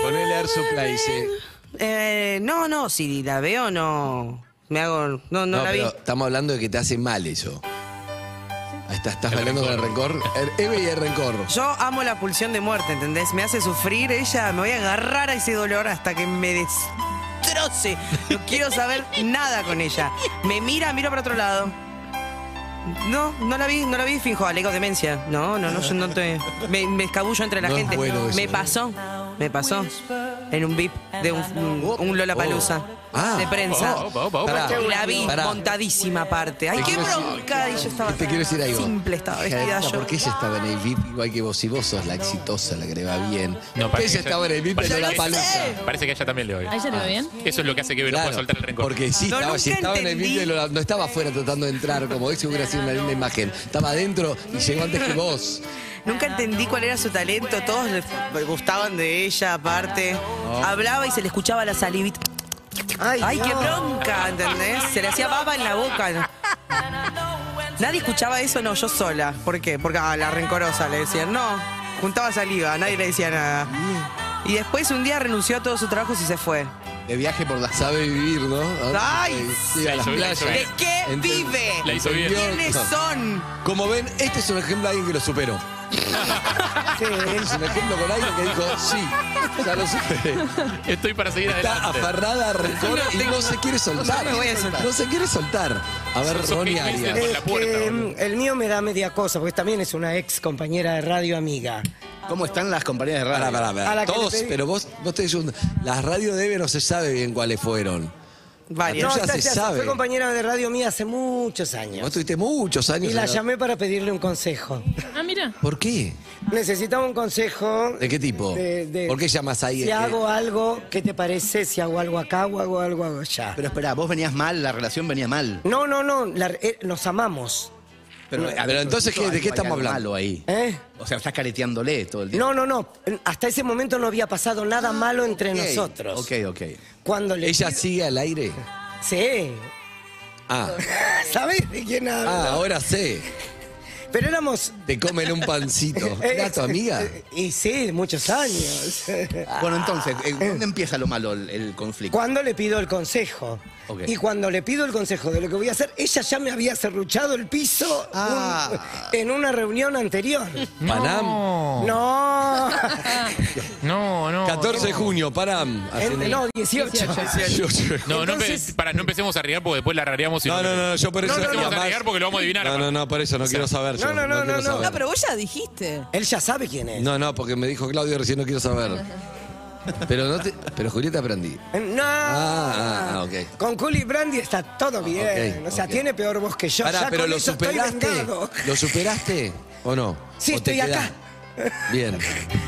S10: Ponele Air Supply, sí.
S13: Eh, no, no, si la veo, no. Me hago. No, no,
S10: No,
S13: la vi.
S10: pero estamos hablando de que te hace mal eso. Ahí está, estás bailando con el rencor. El Eve y el rencor.
S13: Yo amo la pulsión de muerte, ¿entendés? Me hace sufrir, ella me voy a agarrar a ese dolor hasta que me destroce. No quiero saber nada con ella. Me mira, miro para otro lado. No, no la vi, no la vi, fijo, alego demencia. No, no, no, yo no te- Me, me escabullo entre la
S10: No es
S13: gente.
S10: bueno eso,
S13: me
S10: ¿no?
S13: pasó, me pasó. En un VIP de un, un, Lola Palusa.
S10: Ah.
S13: de prensa.
S10: Opa, opa, opa.
S13: Y la vi
S10: oh, Pará.
S13: montadísima aparte. Ay,
S10: Te
S13: qué
S10: quiero decir-
S13: bronca. Y yo estaba
S10: Te quiero decir algo.
S13: simple, estaba vestida
S10: Esta,
S13: yo.
S10: ¿Por qué ella estaba en el VIP igual que vos? Y vos sos la exitosa, la que le va bien.
S12: No,
S10: No, ella estaba en el VIP
S12: parece
S10: pero la
S12: que-
S10: palusa.
S12: Parece que a ella también le odia.
S15: ¿A ella le va bien?
S12: Eso es lo que hace que no pueda soltar el rencor.
S10: Porque sí,
S12: No,
S10: estaba, si
S12: nunca
S10: estaba en el
S12: entendí.
S10: vídeo, no- no estaba afuera tratando de entrar, como eso hubiera sido una linda imagen. Estaba adentro y llegó antes que vos.
S13: Nunca entendí cuál era su talento, todos le f- gustaban de ella aparte. Hablaba y se le escuchaba la salivita. Ay, qué bronca, ¿entendés? Se le hacía baba en la boca. Nadie escuchaba eso, no, yo sola. ¿Por qué? Porque a la rencorosa le decían, no, juntaba saliva, nadie le decía nada. Y después un día renunció a todos sus trabajos y se fue.
S10: De viaje por la sabe vivir, ¿no? Ah,
S13: ¡Ay!
S10: Sí, a las playas.
S13: ¿De qué
S10: Enten-
S13: vive?
S10: La hizo bien.
S13: ¿Quiénes son?
S10: Como ven, este es un ejemplo de alguien que lo superó. es un ejemplo con alguien que dijo, sí, ya lo superé.
S12: Estoy para seguir
S10: Está
S12: adelante.
S10: aferrada a rencor y no se quiere soltar.
S11: No me voy a soltar.
S10: No se quiere soltar. A ver,
S11: Son
S10: Ronnie
S11: mil veces
S10: Arias.
S11: Es que, mm, el mío me da media cosa, porque también es una ex compañera de radio amiga.
S14: ¿Cómo están las compañías de radio?
S10: Pará, pará, pará.
S11: A la que
S10: Todos,
S11: le pedí-
S10: pero vos, vos tenés un. Las radios de Eve no se sabe bien cuáles fueron.
S13: Varias.
S10: La
S11: No,
S10: tuya
S11: esta-
S10: se
S11: esta-
S10: sabe.
S11: Fue compañera de radio mía hace muchos años.
S10: Vos tuviste muchos años.
S11: Y la
S10: en
S11: llamé para pedirle un consejo.
S15: Ah, mira.
S10: ¿Por qué?
S11: Necesitaba un consejo.
S10: ¿De qué
S14: Oh,
S10: tipo?
S11: De- de-
S10: ¿Por qué llamas ahí?
S11: Si
S10: Eh,
S11: hago algo, ¿qué te parece? Si hago algo acá o hago algo allá.
S14: Pero espera, vos venías mal, la relación venía mal.
S11: No, no, no, la- eh, nos amamos.
S14: Pero,
S10: Pero entonces, ¿qué- de qué estamos hablando?
S14: Malo ahí.
S11: ¿Eh?
S14: O sea, estás careteándole todo el tiempo.
S11: No, no, no. Hasta ese momento no había pasado nada malo entre
S14: Ok,
S11: nosotros.
S14: Ok, ok.
S11: Cuando le
S10: ¿Ella
S11: pido-
S10: sigue al aire?
S11: Sí.
S10: Ah,
S11: ¿Sabés de quién hablo?
S10: ah ahora sé.
S11: Pero éramos...
S10: Te comen un pancito.
S11: Eh,
S10: ¿Era tu amiga?
S11: Y sí, muchos años.
S14: Bueno, entonces, eh, ¿dónde empieza lo malo el, el conflicto?
S11: Cuando le pido el consejo.
S14: Ok.
S11: Y cuando le pido el consejo de lo que voy a hacer, ella ya me había serruchado el piso
S14: Ah.
S11: un- en una reunión anterior.
S10: Panam. Oh.
S11: No.
S12: No, no.
S10: 14 de
S12: no.
S10: junio, Panam.
S11: En- no, 18.
S12: No, no, empe- para, no empecemos a arriar porque después la rareamos. Y
S10: No, no, no, yo por eso
S12: No, no, no,
S10: decía
S12: vamos a
S10: más-
S12: arriar porque lo vamos a adivinar.
S10: No, no, no, por eso no quiero saber. yo,
S11: No, no, no,
S10: quiero
S11: no, no.
S10: saber.
S18: No, pero vos ya dijiste.
S11: Él ya sabe quién es.
S10: No, no, porque me dijo Claudio recién no quiero saber. Pero no te- pero Julieta aprendí.
S11: No.
S10: Ah, ah, ok.
S11: Con Culi Brandy está todo bien.
S10: ok,
S11: o sea,
S10: ok.
S11: tiene peor voz que yo.
S10: Pará,
S11: Ya
S10: pero
S11: con
S10: lo
S11: eso estoy
S10: superaste.
S11: vengado.
S10: ¿Lo superaste o no?
S11: Sí,
S10: ¿O te
S11: estoy acá.
S10: quedás? Bien,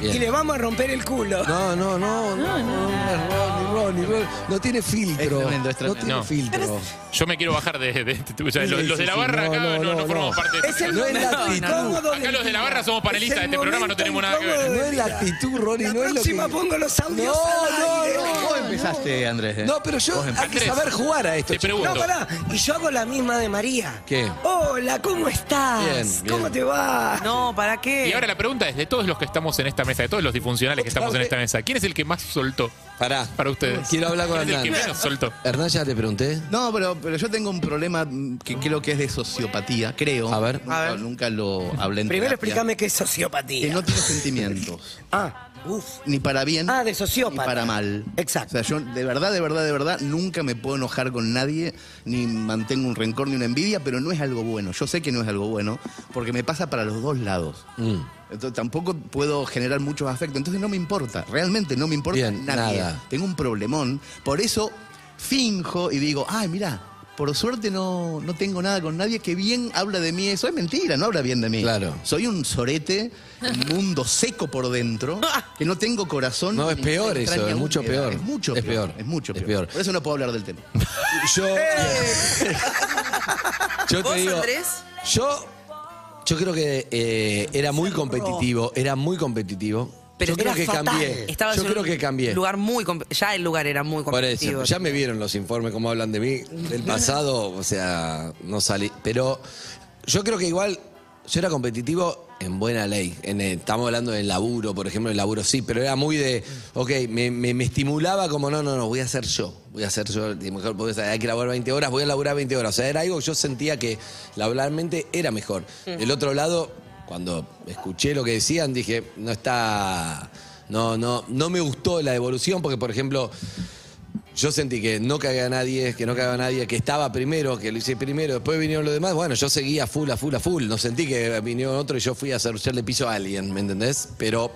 S10: bien.
S11: Y le vamos a romper el culo.
S10: No, no, no, no, no, no, Ronnie, Ronnie, no tiene filtro.
S14: tremendo, es
S10: no
S14: tremendo.
S10: tiene
S12: No.
S10: filtro.
S12: Yo me quiero bajar de. de- de- o sea, los,
S10: Sí,
S12: los de
S10: sí,
S12: la
S10: sí,
S12: barra
S10: no,
S12: acá
S10: no,
S12: no, no
S10: no,
S12: formamos
S10: no.
S12: parte de
S10: Es el
S12: No,
S10: momento
S12: no, no.
S10: incómodo
S12: Acá los de la barra somos panelistas de este programa, no tenemos nada que ver.
S10: No es la actitud, Ronnie, no es lo que...
S11: Próxima pongo los audios. al
S10: No,
S11: aire.
S10: no, no.
S14: Vos empezaste, Andrés. eh?
S10: No, pero yo
S14: Vos
S10: hay que
S14: empezaste.
S10: saber jugar a esto.
S12: Te
S10: chicos.
S12: pregunto.
S11: No, pará. Y yo hago la misma de María.
S10: ¿Qué?
S11: Hola, ¿cómo estás?
S10: Bien, bien.
S11: ¿Cómo te va?
S13: No, ¿para qué?
S12: Y ahora la pregunta es: de todos los que estamos en esta mesa, de todos los disfuncionales que estamos en esta mesa, ¿quién es el que más soltó
S10: Pará,
S12: para ustedes?
S10: quiero hablar con
S12: ¿Quién es el
S10: Hernán.
S12: que menos soltó?
S10: Hernán, ya te pregunté.
S14: No, pero, pero yo tengo un problema mm, que creo que es de sociopatía, creo.
S10: A ver.
S14: Nunca, nunca lo hablé en
S11: Primero
S14: terapia.
S11: explícame qué es
S14: Que
S11: sociopatía.
S14: no tengo sentimientos.
S11: Ah, uff.
S14: Ni para bien,
S11: Ah, de
S14: ni
S11: sociópata.
S14: para mal. O
S11: Exacto.
S14: sea, yo de verdad, de verdad, de verdad, nunca me puedo enojar con nadie, ni mantengo un
S10: Mm.
S14: rencor ni una envidia, pero no es algo bueno. Yo sé que no es algo bueno, porque me pasa para los dos lados. Entonces tampoco puedo generar muchos afectos. Entonces no me importa, realmente no me importa
S10: Bien,
S14: nadie.
S10: nada.
S14: Tengo un problemón. Por eso finjo y digo, ay, mira, por suerte no, no tengo nada con nadie que bien habla de mí. Eso es mentira, no habla bien de mí. Claro. Soy un sorete, un mundo seco por dentro,
S10: Ah.
S14: que no tengo corazón.
S10: No, es
S14: ni
S10: peor eso,
S14: entraña
S10: es mucho
S14: húmeda.
S10: peor.
S14: Es mucho
S10: Es
S14: peor.
S10: peor.
S14: Es mucho
S10: Es
S14: peor.
S10: peor.
S14: Por eso no puedo hablar del tema. ¡Eh!
S10: Yo. yo te digo. Yo. Yo creo que eh, era muy competitivo. Era muy competitivo.
S13: Pero
S10: yo creo
S13: era
S10: que
S13: fatal.
S10: cambié.
S13: Estabas
S10: yo
S13: en
S10: creo
S13: un
S10: que cambié.
S13: Lugar muy, comp- ya el lugar era muy
S10: Por
S13: competitivo.
S10: eso, ya me vieron los informes, cómo hablan de mí del pasado, o sea, no salí. Pero yo creo que igual yo era competitivo en buena ley. En el- estamos hablando del laburo, por ejemplo, el laburo sí, pero era muy de, ok, me, me- me estimulaba como, no, no, no, voy a hacer yo. Voy a hacer yo, y mejor porque hay que laburar 20 horas, voy a laburar 20 horas. O sea, era algo que yo sentía que laboralmente era mejor.
S13: Mm.
S10: Del otro lado, cuando escuché lo que decían, dije, no está. No, no, no me gustó la evolución, porque, por ejemplo, yo sentí que no caga a nadie, que no caga a nadie, que estaba primero, que lo hice primero, después vinieron los demás. Bueno, yo seguía full, a full, a full. No sentí que vinieron otro y yo fui a hacerle piso a alguien, ¿me entendés? Pero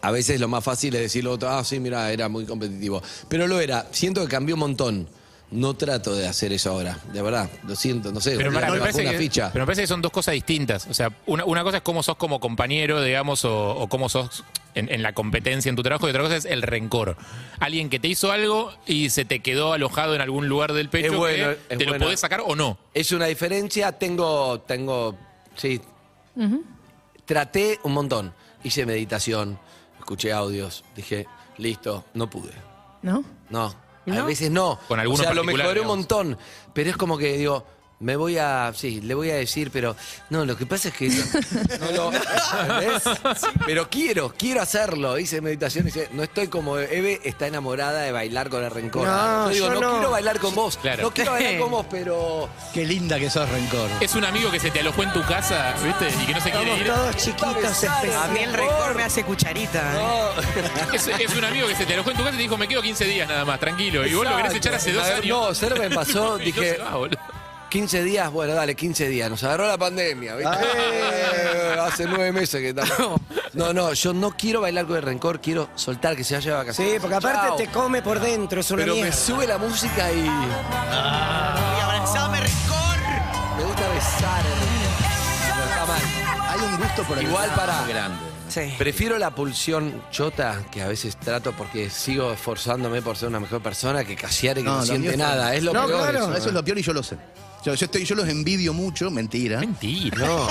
S10: a veces lo más fácil es decirlo otro, ah, sí, mira, era muy competitivo. Pero lo era, siento que cambió un montón. No trato de hacer eso ahora, de verdad, lo siento, no sé,
S12: Pero,
S10: un
S12: pará,
S10: día
S12: me
S10: me bajó
S12: parece
S10: una
S12: que,
S10: ficha.
S12: pero me parece que son dos cosas distintas. O sea, una, una cosa es cómo sos como compañero, digamos, o, o cómo sos en, en la competencia en tu trabajo, y otra cosa es el rencor. Alguien que te hizo algo y se te quedó alojado en algún lugar del pecho,
S10: Es bueno,
S12: que
S10: es
S12: ¿te lo
S10: bueno.
S12: podés sacar o no?
S10: Es una diferencia, tengo, tengo, sí, traté un montón. Hice meditación, escuché audios, dije, listo, no pude.
S15: ¿No?
S10: No, a
S15: ¿No?
S10: veces no.
S12: Con alguno
S10: o sea, lo
S12: particular,
S10: mejoré un
S12: digamos.
S10: montón, pero es como que digo, me voy a, sí, le voy a decir, pero no, lo que pasa es que no lo, ¿entendés? Pero quiero, quiero hacerlo. Hice meditación y dice, no estoy como Eve está enamorada de bailar con el rencor.
S14: No,
S10: yo digo,
S14: yo
S10: no,
S14: no.
S10: quiero bailar con vos,
S12: Claro.
S10: no quiero bailar con vos, pero
S14: Qué linda que sos, Rencor.
S12: Es un amigo que se te alojó en tu casa, ¿viste? Y que no se quiere
S13: Somos
S12: ir.
S13: todos chiquitos, especiales. A mí el rencor me hace cucharita. ¿eh?
S12: Es, es un amigo que se te alojó en tu casa y te dijo, me quedo 15 días nada más, tranquilo. Y vos lo querés
S10: Exacto.
S12: echar hace dos
S10: A ver,
S12: años.
S10: No, Cerve me pasó,
S12: Y yo
S10: dije.
S12: se va, boludo.
S10: 15 días, bueno, dale, 15 días. Nos agarró la pandemia, ¿viste?
S14: Ah.
S10: Eh, Hace nueve meses que estamos. No, no, yo no quiero bailar con el rencor, quiero soltar que se vaya de vacaciones.
S11: Sí, porque aparte
S10: Chao.
S11: te come por dentro, es una
S10: Pero me
S11: mierda.
S10: sube la música y.
S11: Y abrazame, rencor.
S10: Me gusta besar el rencor. Pero está mal.
S14: Hay un gusto por el
S10: Igual para.
S13: Sí.
S10: Prefiero la pulsión chota que a veces trato porque sigo esforzándome por ser una mejor persona que casear y que no,
S14: lo mío
S10: siente
S14: fue-
S10: nada. Es lo
S14: no,
S10: peor.
S14: Claro. Eso,
S10: ¿no?
S14: es lo peor y yo lo sé. Yo, yo estoy, yo los envidio mucho, mentira.
S12: Mentira.
S14: No.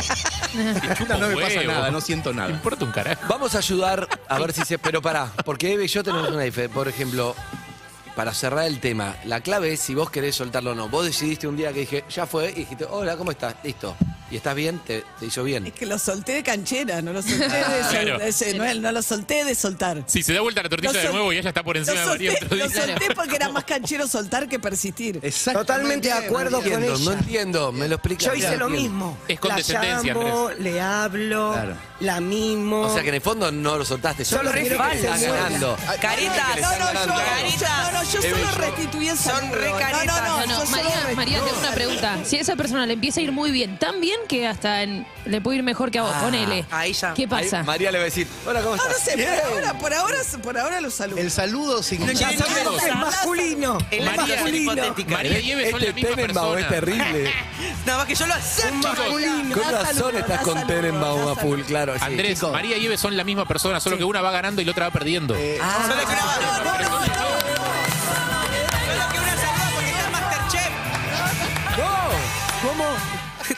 S12: chupa
S14: no me pasa
S12: huevo.
S14: nada, no siento
S12: No
S14: nada.
S12: importa un carajo.
S10: Vamos a ayudar a ver si se. Pero pará, porque Eve y yo tenemos una diferencia. Por ejemplo, para cerrar el tema, la clave es si vos querés soltarlo o no. Vos decidiste un día que dije, ya fue, y dijiste, hola, ¿cómo estás? Listo. ¿Y estás bien? ¿Te, te hizo bien?
S16: Que lo solté de canchera, no lo solté de,
S12: Ah,
S16: sol-
S12: claro.
S16: ese- no, no lo solté de soltar.
S12: Si se da vuelta la tortilla
S16: Lo
S12: de
S16: sol-
S12: nuevo y ella está por
S16: Lo
S12: encima de María
S16: solté,
S12: otro día.
S16: lo solté porque era más canchero soltar que persistir.
S14: Exacto.
S11: Totalmente de
S10: no
S11: acuerdo con
S10: entiendo, No
S11: ella.
S10: entiendo, me lo explica.
S11: Yo hice
S10: Mirá,
S11: lo
S10: bien.
S11: mismo.
S12: Es condescendencia,
S11: La llamo, le hablo,
S10: Claro.
S11: la mimo.
S10: O sea que en el fondo no lo soltaste.
S11: Yo
S10: solo
S11: lo
S10: quiero
S11: quiero
S10: que
S11: que
S10: estás
S11: se muera.
S10: ganando.
S13: Caritas,
S16: No, no, yo,
S13: caritas.
S16: no, no, yo solo restituí el
S13: Son
S16: saludo.
S13: re caritas.
S16: No, no, no,
S15: No, no,
S16: yo solo
S15: María,
S16: restituí-
S15: María, tengo una pregunta. Si a esa persona le empieza a ir muy bien, tan bien que hasta en- le puede ir mejor que a vos, ponele.
S13: Ah, Ahí ya.
S15: ¿Qué pasa?
S10: Ahí María le va a decir, hola,
S11: Ah,
S10: ¿cómo
S16: No, no
S10: estás?
S16: sé, por
S10: Bien.
S16: ahora, por ahora, por ahora lo saludo.
S14: El saludo significa.
S11: La salida es masculino.
S13: El
S11: es
S13: María,
S11: masculino.
S12: Eh, María y Eve son la
S10: Este
S12: misma
S10: Tenenbaum es
S12: persona.
S10: terrible.
S13: Nada más que yo lo acepto.
S11: Masculino.
S10: Con razón estás con Tenenbaum a full, claro. sí.
S12: Andrés, María y Eve son la misma persona, solo que una va ganando y la otra va perdiendo.
S10: Eh,
S12: Ah,
S13: Solo que una va- Solo que una saluda porque está en Masterchef.
S10: No, ¿cómo?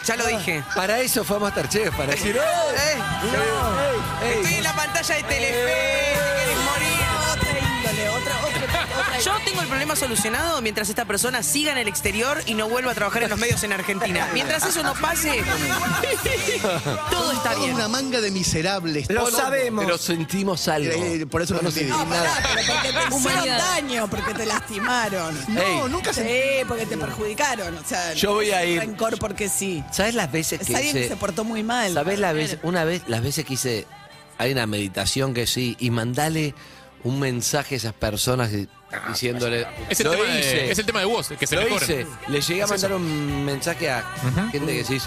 S13: Ya lo dije.
S10: Para eso fue a Masterchef, para decir, ¡eh!
S13: Eh,
S10: ¡Ey! ¡Ey!
S13: Estoy en la pantalla de Telefe. te querés morir.
S16: Otra índole, otra, otra, otra
S13: Yo tengo el problema solucionado mientras esta persona siga en el exterior y no vuelva a trabajar en los medios en Argentina. Mientras eso no pase, todo está
S14: Todos
S13: bien.
S14: una manga de miserables.
S11: Lo
S14: todos-
S11: sabemos.
S10: Pero sentimos algo.
S14: Eh, por eso no nos
S10: sentí
S14: digo
S10: nada.
S16: Pero porque te hicieron daño, porque te lastimaron.
S14: No,
S10: Ey.
S14: nunca
S16: Sí,
S14: se.
S16: porque te perjudicaron. O sea,
S10: Yo
S16: no
S10: voy
S16: es
S10: a
S16: un
S10: ir.
S16: Rencor porque sí.
S10: ¿Sabes las veces
S16: Es
S10: que
S16: alguien que
S10: hice?
S16: se portó muy mal.
S10: ¿Sabes la vez, una vez, las veces que hice? Hay una meditación que sí, y mandale un mensaje a esas personas y- diciéndole.
S12: pues, Es el,
S10: "Lo
S12: tema de,
S10: hice".
S12: es el tema de vos, que se
S10: lo
S12: mejoren.
S10: hice. Le llegué a mandar un mensaje a gente que decís,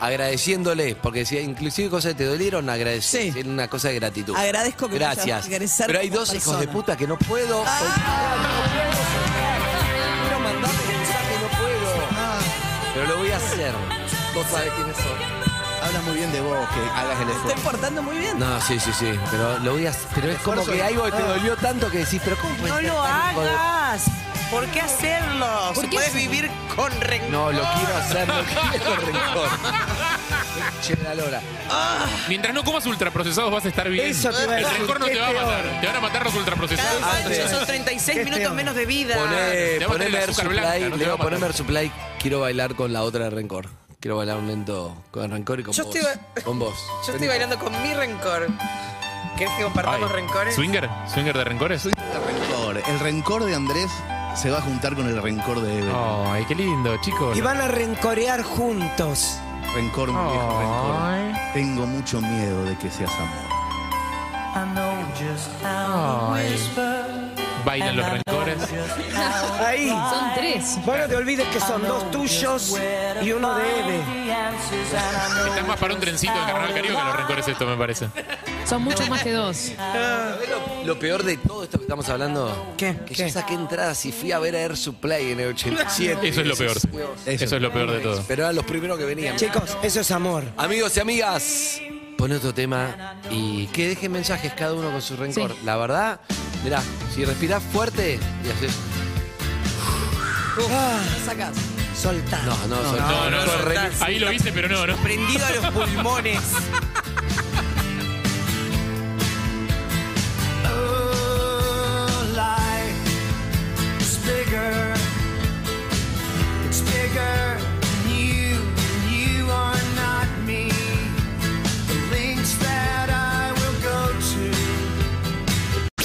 S10: agradeciéndole, porque decía, inclusive cosas que te dolieron, agradecer, era una cosa de gratitud.
S16: Agradezco que me hayas
S10: Gracias.
S16: agradecer
S10: Pero hay
S16: como
S10: dos hijos
S16: persona. Ah.
S10: de puta que no puedo. Quiero mandarle un mensaje, no puedo. Pero lo voy a hacer. Vos sabés quiénes son.
S14: Hablas muy bien de vos, que hagas el
S16: Estoy portando muy bien.
S10: No, sí, sí, sí. Pero lo voy a hacer. Pero es como
S16: esfuerzo-
S10: que algo que te
S16: Ah.
S10: dolió tanto que decís, pero ¿cómo puede
S13: No
S10: ser
S13: lo
S10: tan hijo de-
S13: hagas. ¿Por qué hacerlo?
S10: ¿Por
S13: Se
S10: qué
S13: puede
S10: hacer-
S13: vivir con rencor.
S10: No, lo quiero hacer, lo quiero rencor. Che, la lora.
S12: Mientras no comas ultraprocesados vas a estar bien.
S10: Eso te iba a
S12: El
S10: decir,
S12: rencor no
S10: qué
S12: te va a
S10: peor.
S12: matar. Te van a matar los ultraprocesados.
S13: Pancho, son 36 minutos menos de vida.
S10: Poné,
S12: Te va a
S10: poneme
S12: tener
S10: Air
S12: azúcar
S10: Supply,
S12: blanca, no te
S10: Leo,
S12: va a matar.
S10: poneme Air Supply. Quiero bailar con la otra de Rencor. Quiero bailar un lento con Rencor y con
S13: Yo
S10: vos.
S13: estoy
S10: Con vos.
S13: Yo
S10: Vení.
S13: estoy bailando con mi rencor. ¿Querés que compartamos rencores?
S12: ¿Swinger? ¿Swinger de rencores?
S14: rencor. El rencor de Andrés se va a juntar con el rencor de Evelyn.
S12: Ay, qué lindo, chicos.
S11: Y van a rencorear juntos.
S14: Rencor, mi viejo rencor. Tengo mucho miedo de que seas amor.
S12: Bailan los rencores.
S11: Ahí. Son tres. Ah, Bueno, te olvides que son dos tuyos y uno de Eve.
S12: Estás más para un trencito de carnaval carioca los rencores esto, me parece.
S15: Son muchos más que dos.
S10: ¿Sabés lo, lo peor de todo esto que estamos hablando? ¿Qué? Que yo saqué entradas y fui a ver a Air Supply en el 87.
S12: Eso es lo peor. Eso es lo peor de todo.
S10: Pero eran los primeros que venían.
S11: Chicos, eso es amor.
S10: Amigos y amigas, pon otro tema y que dejen mensajes cada uno con su rencor. La verdad, mirá, si respirás fuerte y haces.
S16: sacas.
S11: Soltá.
S10: No, no, soltá.
S12: No, no,
S10: Fue
S12: no.
S10: re-
S12: Ahí lo hice, pero no, ¿no?
S13: Prendido a los pulmones.
S2: Oh, life is bigger. It's bigger than you, and you are not me. The links that I will go to.